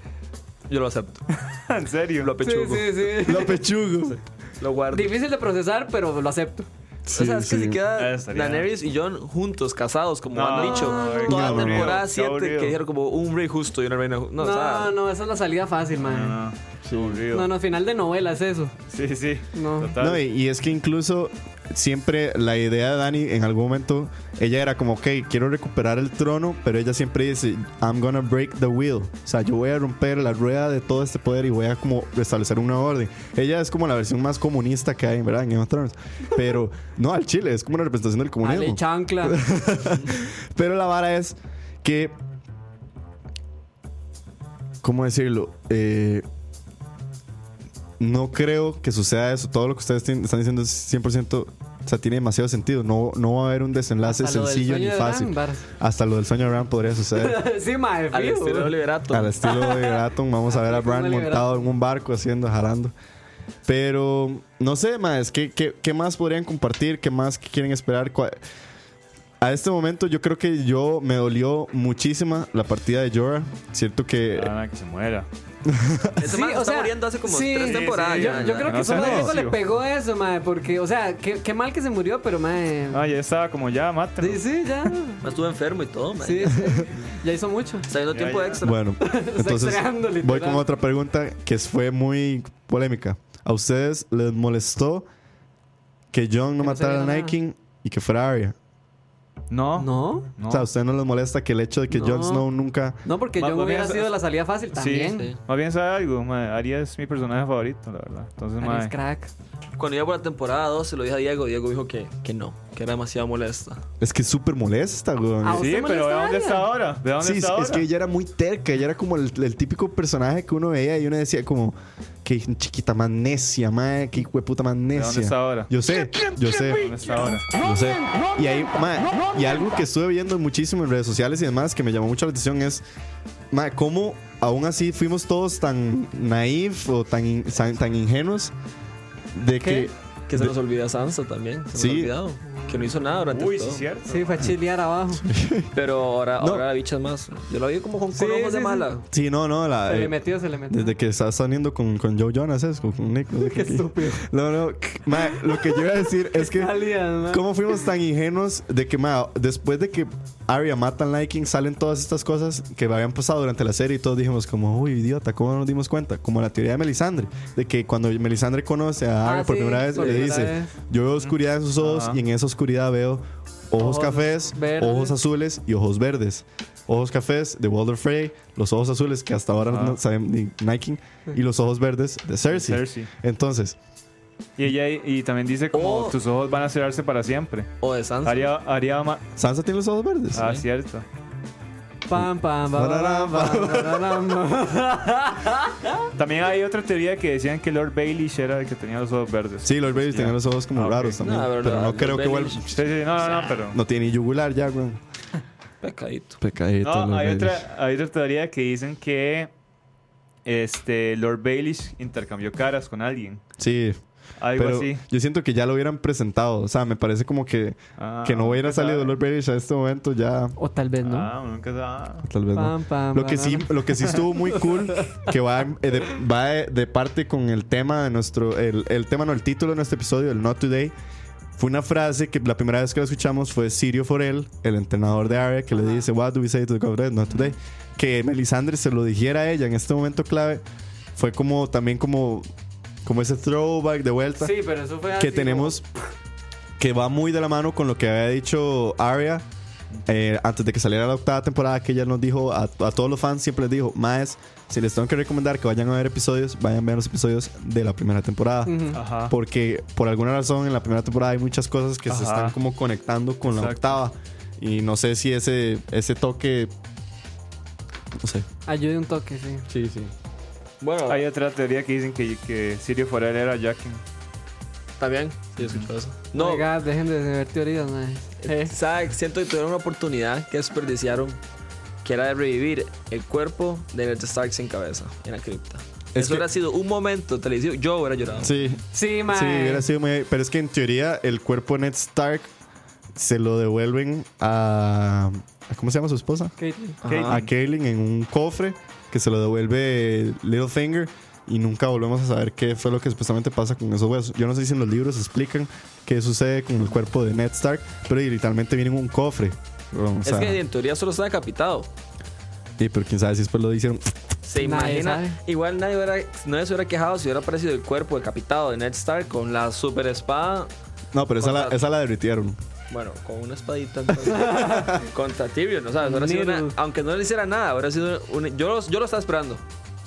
yo lo acepto. en serio. Lo Sí, apechugo. sí, sí. Lo pechugo. Lo guardo. Difícil de procesar, pero lo acepto. o sea, es que sí. si Ah, queda estaría- Daenerys y John juntos, casados, como No, han dicho. ay, qué Toda la aburrido, temporada qué 7 aburrido. que dijeron como un rey justo y una reina justa. No, No, o sea, no, esa es la salida fácil, No, man. no, aburrido. No, no, final de novela es eso. Sí, sí. No. Total. No, y, y es que incluso siempre la idea de Dani en algún momento, ella era como, ok, quiero recuperar el trono, pero ella siempre dice, I'm gonna break the wheel. O sea, yo voy a romper la rueda de todo este poder y voy a como restablecer una orden. Ella es como la versión más comunista que hay, ¿verdad? En Game of Thrones. Pero no, al Chile, es como una representación del comunismo. Ale chancla. Pero la vara es que. ¿Cómo decirlo? Eh, no creo que suceda eso. Todo lo que ustedes tien- están diciendo es 100%. O sea, tiene demasiado sentido. No, no va a haber un desenlace Hasta lo del sencillo sueño ni de fácil. Bran, varas. Hasta lo del sueño de Bran podría suceder. sí, mae, al fijo. estilo de Liberato. Al estilo de Graton, vamos a ver a Así como Bran Liberato. montado en un barco haciendo, jalando. Pero no sé, más, ¿qué, qué, qué más podrían compartir? ¿Qué más quieren esperar? ¿Cuál- A este momento yo creo que yo me dolió muchísima la partida de Jorah. Cierto que... Ah, que se muera. Este man está muriendo hace como sí, tres sí, temporadas. sí, ya, yo, ya, yo creo no que solo seas a Diego necio. le pegó eso, mae, porque, o sea, qué, qué mal que se murió, pero mae. Ah, ya estaba como ya, mátenlo. Sí, sí, ya. Más estuve enfermo y todo, man. Sí, sí. Ya hizo mucho. Está viendo Ya, tiempo ya. extra. Bueno, entonces estrenando, literal. voy con otra pregunta que fue muy polémica. ¿A ustedes les molestó que Jon no no matara a saliera Night nada. King y que fuera Arya? No. No. no. O sea, ¿a ustedes no les molesta que el hecho de que Jon No. Snow nunca... No, porque Más- yo más hubiera bien- sido la salida fácil también. sí. Más bien sabe algo, mae, Aria es mi personaje favorito, la verdad. Entonces, Ari es mae, crack. Cuando iba por la temporada 2, se lo dije a Diego. Diego dijo que, que no, que era demasiado molesta. Es que es súper molesta, güey. Ah, Sí, ¿Usted molesta pero ¿de a dónde Aria? está ahora? ¿De dónde Sí, está ahora? es que ella era muy terca, ella era como el, el típico personaje que uno veía y uno decía como que chiquita más necia, madre, que puta más ¿De dónde necia. está ahora? Yo sé, yo sé, ¿Dónde está ahora? yo sé. Y ahí, mae, y algo que estuve viendo muchísimo en redes sociales y demás que me llamó mucho la atención es mae, cómo aún así fuimos todos tan naif o tan, in- tan, tan ingenuos de que Que se nos olvida Sansa también. Se nos Sí. ha olvidado. Que no hizo nada durante Uy, sí, todo. es cierto. Sí, fue a chilear abajo. Pero ahora, No. ahora la bicha es más. Yo la vi como con, con Sí, ojos de sí, mala. sí, no, no, la, Se eh, le metió, se le metió. desde que estás saliendo con, con Joe Jonas, es con con Nick. no sé Qué estúpido. No, no, mae, lo que yo iba a decir es que Salida, mae. ¿Cómo fuimos tan ingenuos de que, ma, después de que Arya mata a Night King, salen todas estas cosas que habían pasado durante la serie y todos dijimos como, uy, idiota, ¿cómo no nos dimos cuenta? Como la teoría de Melisandre, de que cuando Melisandre conoce a Ah, Arya por sí, primera vez, por le primera dice, vez. yo veo oscuridad en sus ojos Ajá. y en esa oscuridad veo ojos, Ojos cafés, verdes. ojos azules y ojos verdes. Ojos cafés de Walder Frey, los ojos azules que hasta ahora Ah. no saben ni Night King y los ojos verdes de Cersei. Cersei. Entonces, Y ella y también dice como Oh. tus ojos van a cerrarse para siempre. O de Sansa. Aria, Aria ama- Sansa tiene los ojos verdes. Ah, cierto. Pam, pam, pam, pam, pam, pam, pam, pam. También hay otra teoría que decían que Lord Baelish era el que tenía los ojos verdes. Sí, los Babies Ya. tenían los ojos como Ah, ok. raros también. No, pero, pero no, no los creo que vuelva. Baelish- Sí, sí, no, no, no, pero. No tiene ni yugular ya, güey. Pecadito. Pecadito. No, los hay Baelish. otra, hay otra teoría que dicen que este Lord Baelish intercambió caras con alguien. Sí, Algo pero así. yo siento que ya lo hubieran presentado. O sea, me parece como que, Ah, que no hubiera nunca salido sabe. Lord Baelish a este momento ya. O tal vez no. Ah, nunca sabe. Tal vez no. Pam, pam, Lo que, sí, banana. lo que sí estuvo muy cool, que va, eh, de, va de, de parte con el tema de nuestro, el, el tema no, el título de nuestro episodio, el Not Today, fue una frase que la primera vez que la escuchamos fue Sirio Forel, el entrenador de Arya, que le dice, What do we say to the God Not Today? Que Melisandre se lo dijera a ella en este momento clave, fue como también como, como ese throwback de vuelta Sí, pero eso fue que así tenemos que va muy de la mano con lo que había dicho Arya eh, antes de que saliera la octava temporada que ella nos dijo a, a todos los fans siempre les dijo más si les tengo que recomendar que vayan a ver episodios vayan a ver los episodios de la primera temporada como- Ujú. Ajá. porque por alguna razón en la primera temporada hay muchas cosas que se Ajá. están como conectando con la Exacto. octava y no sé si ese ese toque no sé Ayude un toque, sí. sí sí Bueno, Hay otra teoría que dicen que, que Sirio Forel era Jaqen. Está bien, sí, he escuchado eso. No. No, dejen de ver teorías, mae. Eh, ¿sabe? siento que tuvieron una oportunidad que desperdiciaron, que era de revivir el cuerpo de Ned Stark sin cabeza en la cripta. Es eso que- hubiera sido un momento televisivo. Yo hubiera llorado. Sí. Sí, mae. Sí, hubiera sido muy. Pero es que en teoría el cuerpo de Ned Stark se lo devuelven a. a- ¿Cómo se llama su esposa? Caitlyn. Caitlyn. A Caitlyn en un cofre que se lo devuelve Littlefinger y nunca volvemos a saber qué fue lo que supuestamente pasa con esos huesos. Yo no sé si en los libros explican qué sucede con el cuerpo de Ned Stark, pero literalmente viene en un cofre. O sea, es que en teoría solo está decapitado. y pero quién sabe si después lo hicieron. Se Nadie imagina. sabe. Igual nadie, hubiera, nadie se hubiera quejado si hubiera aparecido el cuerpo decapitado de Ned Stark con la super espada. No, pero esa la, Contra- esa la derritieron. Bueno, con una espadita entonces, contra Tyrion, ¿no sabes? Hubiera sido una- Nero. aunque no le hiciera nada, hubiera sido una- yo, los- yo lo estaba esperando.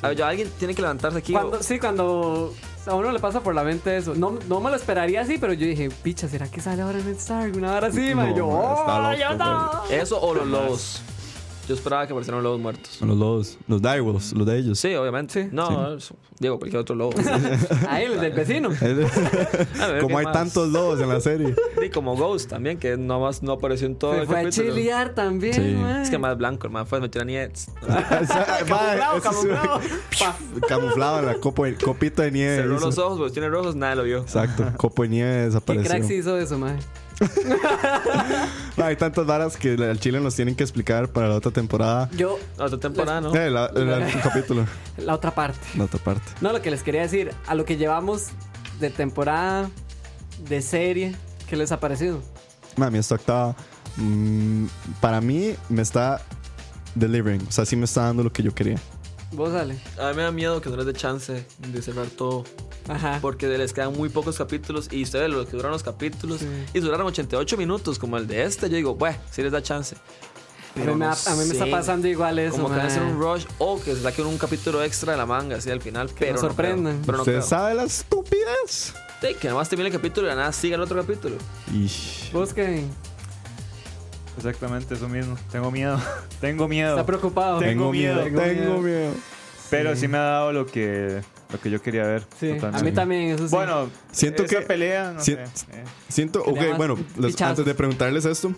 A ver, yo- alguien tiene que levantarse aquí. Cuando, sí, cuando a uno le pasa por la mente eso. No, no me lo esperaría así, pero yo dije, picha, ¿será que sale ahora Ned Stark? Una hora así, mae. No, Yo, mae, está "Oh, loco, ya está". Eso o los lobos. Yo esperaba que aparecieran los lobos muertos. Los lobos, los direwolves, los de ellos. Sí, obviamente. No, eso- Diego, cualquier otro lobo. Ahí, el del vecino. Como hay tantos lobos en la serie. Y como Ghost también, que nomás no apareció en todo Se el fue a capítulo. chilear también, Sí. mae. Es que más blanco, hermano, fue meter a Nietzsche. O sea, mae, eso Camuflado, es camuflado. Pa. una- camuflado en la copo de- copita de nieve. Cerró hizo. los ojos, porque tiene rojos, nadie lo vio. Exacto, copo de nieve ¿Qué desapareció. crack se hizo eso, mae? Mae, Hay tantas varas que al chile nos tienen que explicar para la otra temporada. Yo, Otra temporada, ¿no? Eh, la- el último capítulo, la otra parte. la otra parte. No, lo que les quería decir, a lo que llevamos de temporada, de serie, ¿qué les ha parecido? Mami, esta octava, mm, para mí, me está delivering. O sea, sí me está dando lo que yo quería. Vos sale. A mí me da miedo que no les dé chance de cerrar todo. Ajá. Porque les quedan muy pocos capítulos. Y ustedes, los que duran los capítulos. Sí. Y duraron 88 minutos, como el de este. Yo digo, bueno, si les da chance. a mí, me, no ha- a mí me está sé. pasando igual eso. como que van a mae. hacer un rush. O que saquen un capítulo extra de la manga, así al final. pero nos no creo, sorprendan. pero no ¿Usted creo. sabe la estupidez? Sí, que además termine el capítulo y de la nada siga el otro capítulo. Ish. Vos, Kevin, Exactamente, eso mismo. Tengo miedo. Tengo miedo. está preocupado. Tengo miedo, tengo, miedo. Pero sí me ha dado lo que, lo que yo quería ver. Sí, a mí totalmente. también, eso sí. Bueno, Siento esa que- pelea, no si- sé. eh, Siento, Que le ok, hagas bueno, les- pichazo. antes de preguntarles esto,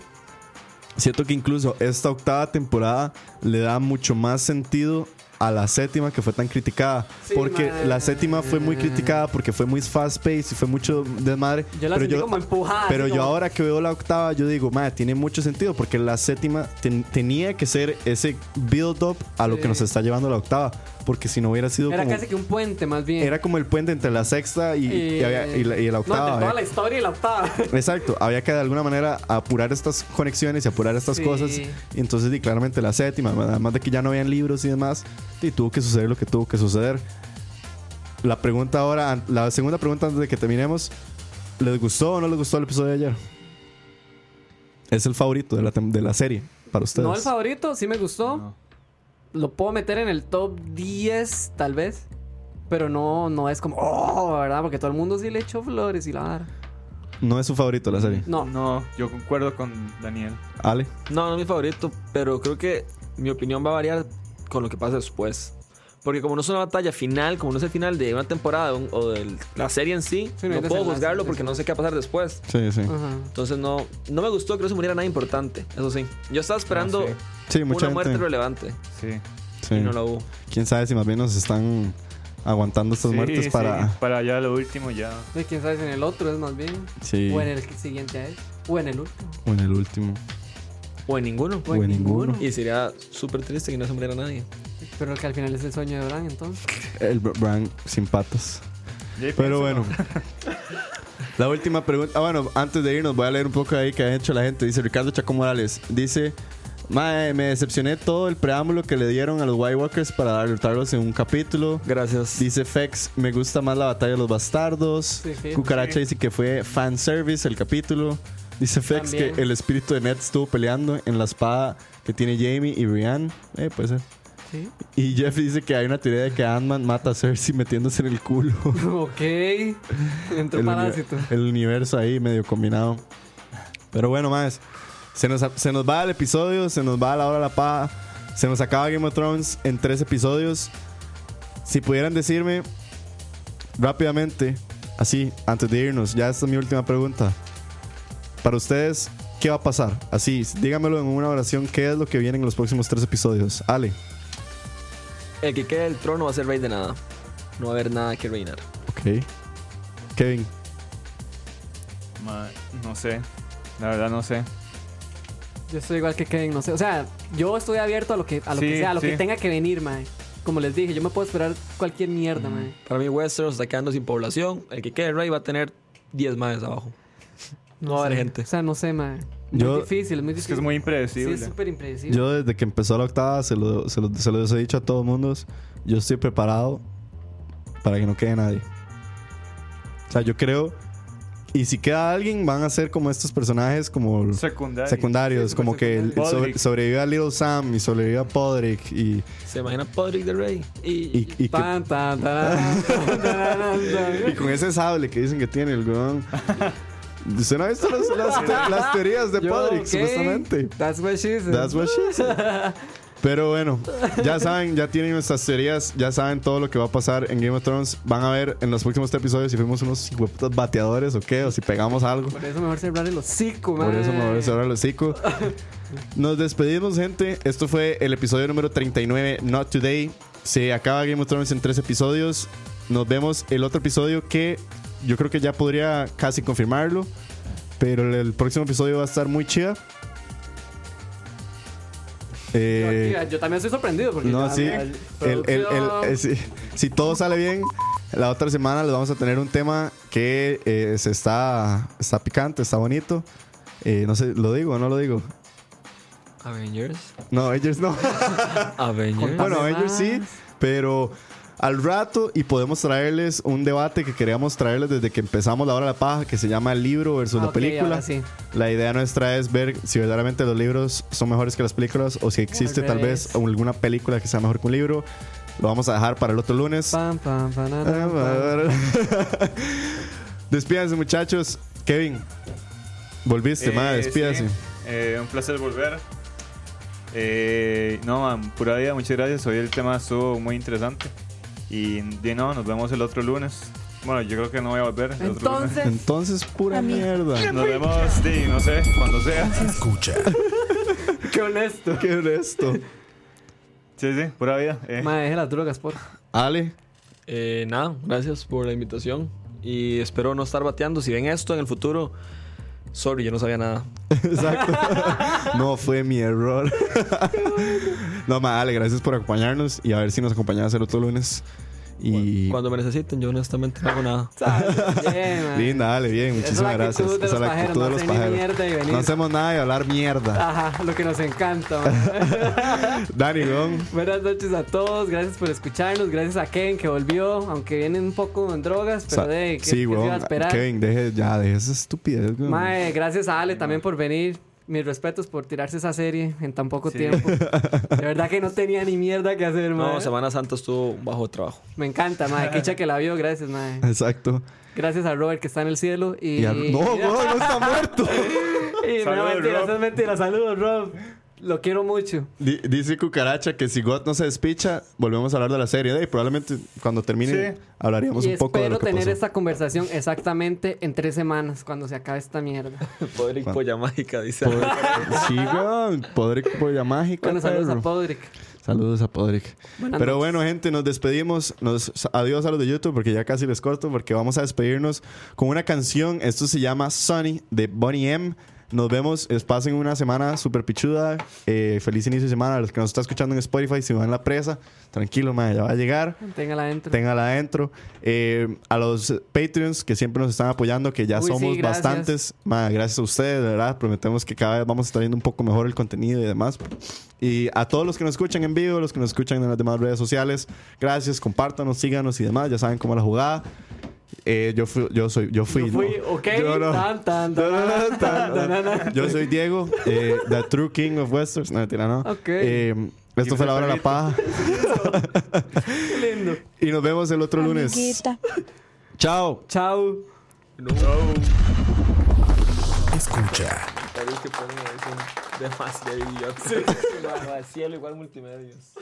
siento que incluso esta octava temporada le da mucho más sentido a la séptima que fue tan criticada. Sí, porque mae. la séptima fue muy criticada porque fue muy fast paced y fue mucho desmadre. yo la pero sentí yo, como empujada. pero así yo como- ahora que veo la octava, yo digo, madre, tiene mucho sentido porque la séptima ten- tenía que ser ese build up a lo Sí. que nos está llevando la octava. Porque si no hubiera sido Era como. casi que un puente, más bien. Era como el puente entre la sexta y, y Eh, había- y la, y la No, octava. entre ¿eh? toda la historia y la octava. Exacto, había que de alguna manera apurar estas conexiones y apurar estas Sí. cosas. Y entonces, y claramente la séptima, además de que ya no habían libros y demás, y tuvo que suceder lo que tuvo que suceder. La pregunta ahora, an- la segunda pregunta antes de que terminemos, ¿les gustó o no les gustó el episodio de ayer? Es el favorito de la, tem- de la serie para ustedes. No el favorito, sí me gustó. no. Lo puedo meter en el top 10, tal vez. Pero no, no es como, oh, ¿verdad? Porque todo el mundo sí le echó flores y la vara. No es su favorito la serie. No, No, yo concuerdo con Daniel. Ale, No, no es mi favorito, pero creo que mi opinión va a variar con lo que pasa después. Porque como no es una batalla final, como no es el final de una temporada un- o de la serie en sí, Sí, no hay no puedo desenlace, juzgarlo porque sí. no sé qué va a pasar después. sí, sí. Ajá. Entonces no, no me gustó que no se muriera nada importante, eso sí. Yo estaba esperando Ah, sí. Sí, una mucha muerte gente. relevante Sí. sí. y no la hubo. Quién sabe si más bien nos están aguantando estas Sí, muertes sí, para. Para ya lo último, ya. Y Pues, quién sabe si en el otro es más bien. Sí. O en el que- siguiente a él. O en el último. O en el último. O en ninguno. O en O en ninguno. ninguno. Y sería súper triste que no se muriera nadie. Pero que al final es el sueño de Bran, entonces. El Br- Bran sin patas. Ya Pero pienso, bueno. La última pregunta. Ah, bueno, antes de irnos, voy a leer un poco ahí que ha hecho la gente. Dice Ricardo Chacón Morales. Dice: Mae, me decepcioné todo el preámbulo que le dieron a los White Walkers para derrotarlos en un capítulo. Gracias. Dice Fex: Me gusta más la batalla de los bastardos. Sí, sí. Cucaracha dice que fue fanservice el capítulo. Dice Fex También. que el espíritu de Ned estuvo peleando en la espada que tiene Jamie y Brian. Eh, puede ser. Sí. Y Jeff dice que hay una teoría de que Ant-Man mata a Cersei metiéndose en el culo. ok. Entró el, parásito. uni- el universo ahí medio combinado. Pero bueno, más. Se nos, se nos va el episodio, se nos va la hora de la paja. Se nos acaba Game of Thrones en tres episodios. Si pudieran decirme rápidamente Así, antes de irnos, ya esta es mi última pregunta. Para ustedes, ¿qué va a pasar? Así, dígamelo en una oración, ¿qué es lo que viene en los próximos tres episodios? Ale, El que quede el trono va a ser rey de nada. No va a haber nada que reinar. ok. Kevin, Ma- no sé. La verdad no sé. Yo estoy igual que Kevin, no sé. O sea, yo estoy abierto a lo que, a lo Sí, que sea, a lo sí. que tenga que venir, mae. Como les dije, yo me puedo esperar cualquier mierda, mae. Para mí, Westeros está quedando sin población. El que quede rey va a tener 10 más abajo. No va a haber gente. O sea, no sé, mae. Muy Yo- difícil, muy Es que difícil. es muy Sí, impredecible. es súper impredecible. yo desde que empezó la octava se lo, se lo- se los he dicho a todo el mundo, yo estoy preparado para que no quede nadie. O sea, yo creo, y si queda alguien, van a ser como estos personajes, como... Secundario. secundarios, Sí, como que el- secundario. sobre- Podrick. sobrevive a Little Sam y sobrevive a Podrick y, Se imagina Podrick de rey. Y, y- y que- Tan, tan, tarán, tan, tarán, tan. y con ese sable que dicen que tiene el weón. ¿Usted no ha visto las, las- las teorías de Yo, Podrick, ok, supuestamente? That's what she said. That's what she said. Pero bueno, ya saben, ya tienen nuestras teorías, ya saben todo lo que va a pasar en Game of Thrones. Van a ver en los próximos episodios si fuimos unos hueputas bateadores o qué, o si pegamos algo. Por eso mejor cerrar el hocico, mae. Por eso me voy a cerrar el hocico. Nos despedimos, gente. Esto fue el episodio número 39, Not Today. Se acaba Game of Thrones en tres episodios. Nos vemos el otro episodio que yo creo que ya podría casi confirmarlo. Pero el- el próximo episodio va a estar muy chida. Yo, Eh, aquí, yo también estoy sorprendido porque no, ya- sí. ya- El- el- el- producción. eh, sí. Si todo sale bien, la otra semana les vamos a tener un tema que eh, se está, está picante, está bonito. Eh, no sé, ¿lo digo o no lo digo? Avengers. No, Avengers no. Avengers. bueno, más. Avengers sí, pero al rato y podemos traerles un debate que queríamos traerles desde que empezamos la hora de la paja, que se llama el libro versus Ah, la ok, película. ahora sí. La idea nuestra es ver si verdaderamente los libros son mejores que las películas o si existe al tal revés. vez alguna película que sea mejor que un libro. Lo vamos a dejar para el otro lunes. Pam, pam, pam, na, Ah, na, pam. Despídanse, muchachos. Kevin, volviste, Eh, madre, Este despídase. sí. Eh, un placer volver. Eh, no, man, pura vida, muchas gracias. Hoy el tema estuvo muy interesante. Y de no, nos vemos el otro lunes. Bueno, yo creo que no voy a volver. el otro lunes. Entonces, Entonces, pura mierda. Nos vemos, sí, no sé, cuando sea. Escucha. qué honesto. ¿Qué es esto? Sí, sí, pura vida. eh. Mae, deje las drogas, por. Ale, Eh, nada, gracias por la invitación. Y espero no estar bateando. Si ven esto en el futuro, sorry, yo no sabía nada. exacto. no fue mi error. no, ma, Ale, gracias por acompañarnos y a ver si nos acompañabas el otro lunes. Y Cuando me necesiten, yo honestamente no hago nada. Bien, mae. linda, Ale, bien, Esa es la muchísimas gracias. actitud Esa de es los la actitud de los pajeros, no hacer ni pajeros. mierda y venir. No hacemos nada de hablar mierda. Ajá, lo que nos encanta. mae. Ah. Dani, weón. Buenas noches a todos, gracias por escucharnos, gracias a Kevin que volvió, aunque viene un poco en drogas, pero Sa- de que sí, iba a weón. esperar. Kevin, deje, ya, deje esa estupidez, weón. Mae, gracias a Ale también por venir. Mis respetos por tirarse esa serie en tan poco Sí. tiempo. De verdad que no tenía ni mierda que hacer, mae. No, Semana Santa estuvo bajo de trabajo. Me encanta, mae. Quicha que la vio, gracias, mae. Exacto. Gracias a Robert que está en el cielo y... Y al- No, weón, no está muerto. Y no, Saludos, mentira, Rob. eso es mentira. Saludos, Rob. Lo quiero mucho. Di- Dice Cucaracha que si God no se despicha, volvemos a hablar de la serie. Y probablemente cuando termine Sí. hablaríamos y un poco de espero lo que tener pasó. esta conversación exactamente en tres semanas cuando se acabe esta mierda. Podrick Polla Mágica, dice. Sí, weón. Podrick Polla Mágica. Bueno, saludos perro. a Podrick. Saludos a Podrick. Buenas Pero noches. bueno, gente, nos despedimos. Nos, adiós a los de YouTube porque ya casi les corto porque vamos a despedirnos con una canción. Esto se llama Sunny de Bonnie M. Nos vemos. es- Pasen una semana súper pichuda. Eh, feliz inicio de semana. A los que nos están escuchando en Spotify, si van a la presa, tranquilo, madre, ya va a llegar. Téngala adentro. Téngala adentro. Eh, a los Patreons que siempre nos están apoyando, que ya Uy, sí, somos gracias. bastantes. Ma, gracias a ustedes, de verdad. Prometemos que cada vez vamos a estar viendo un poco mejor el contenido y demás. Y a todos los que nos escuchan en vivo, los que nos escuchan en las demás redes sociales, gracias, compártanos, síganos y demás. Ya saben cómo es la jugada. Eh, yo fui, yo soy, yo fui. Yo fui, ¿no? ok, Yo no. tan, tan, No, no, no, tan, tan, tan, no. tan, tan. Yo soy Diego, eh, The True King of Westerns. No, mentira, no. Ok. Eh, Yo esto fue soy la hora de la Perrito. paja. lindo. Y nos vemos el otro lunes. Amiguita. Chao. Chao. Escucha. Comentarios que ponen ahí son demasiado idiotas. Cielo igual multimedios.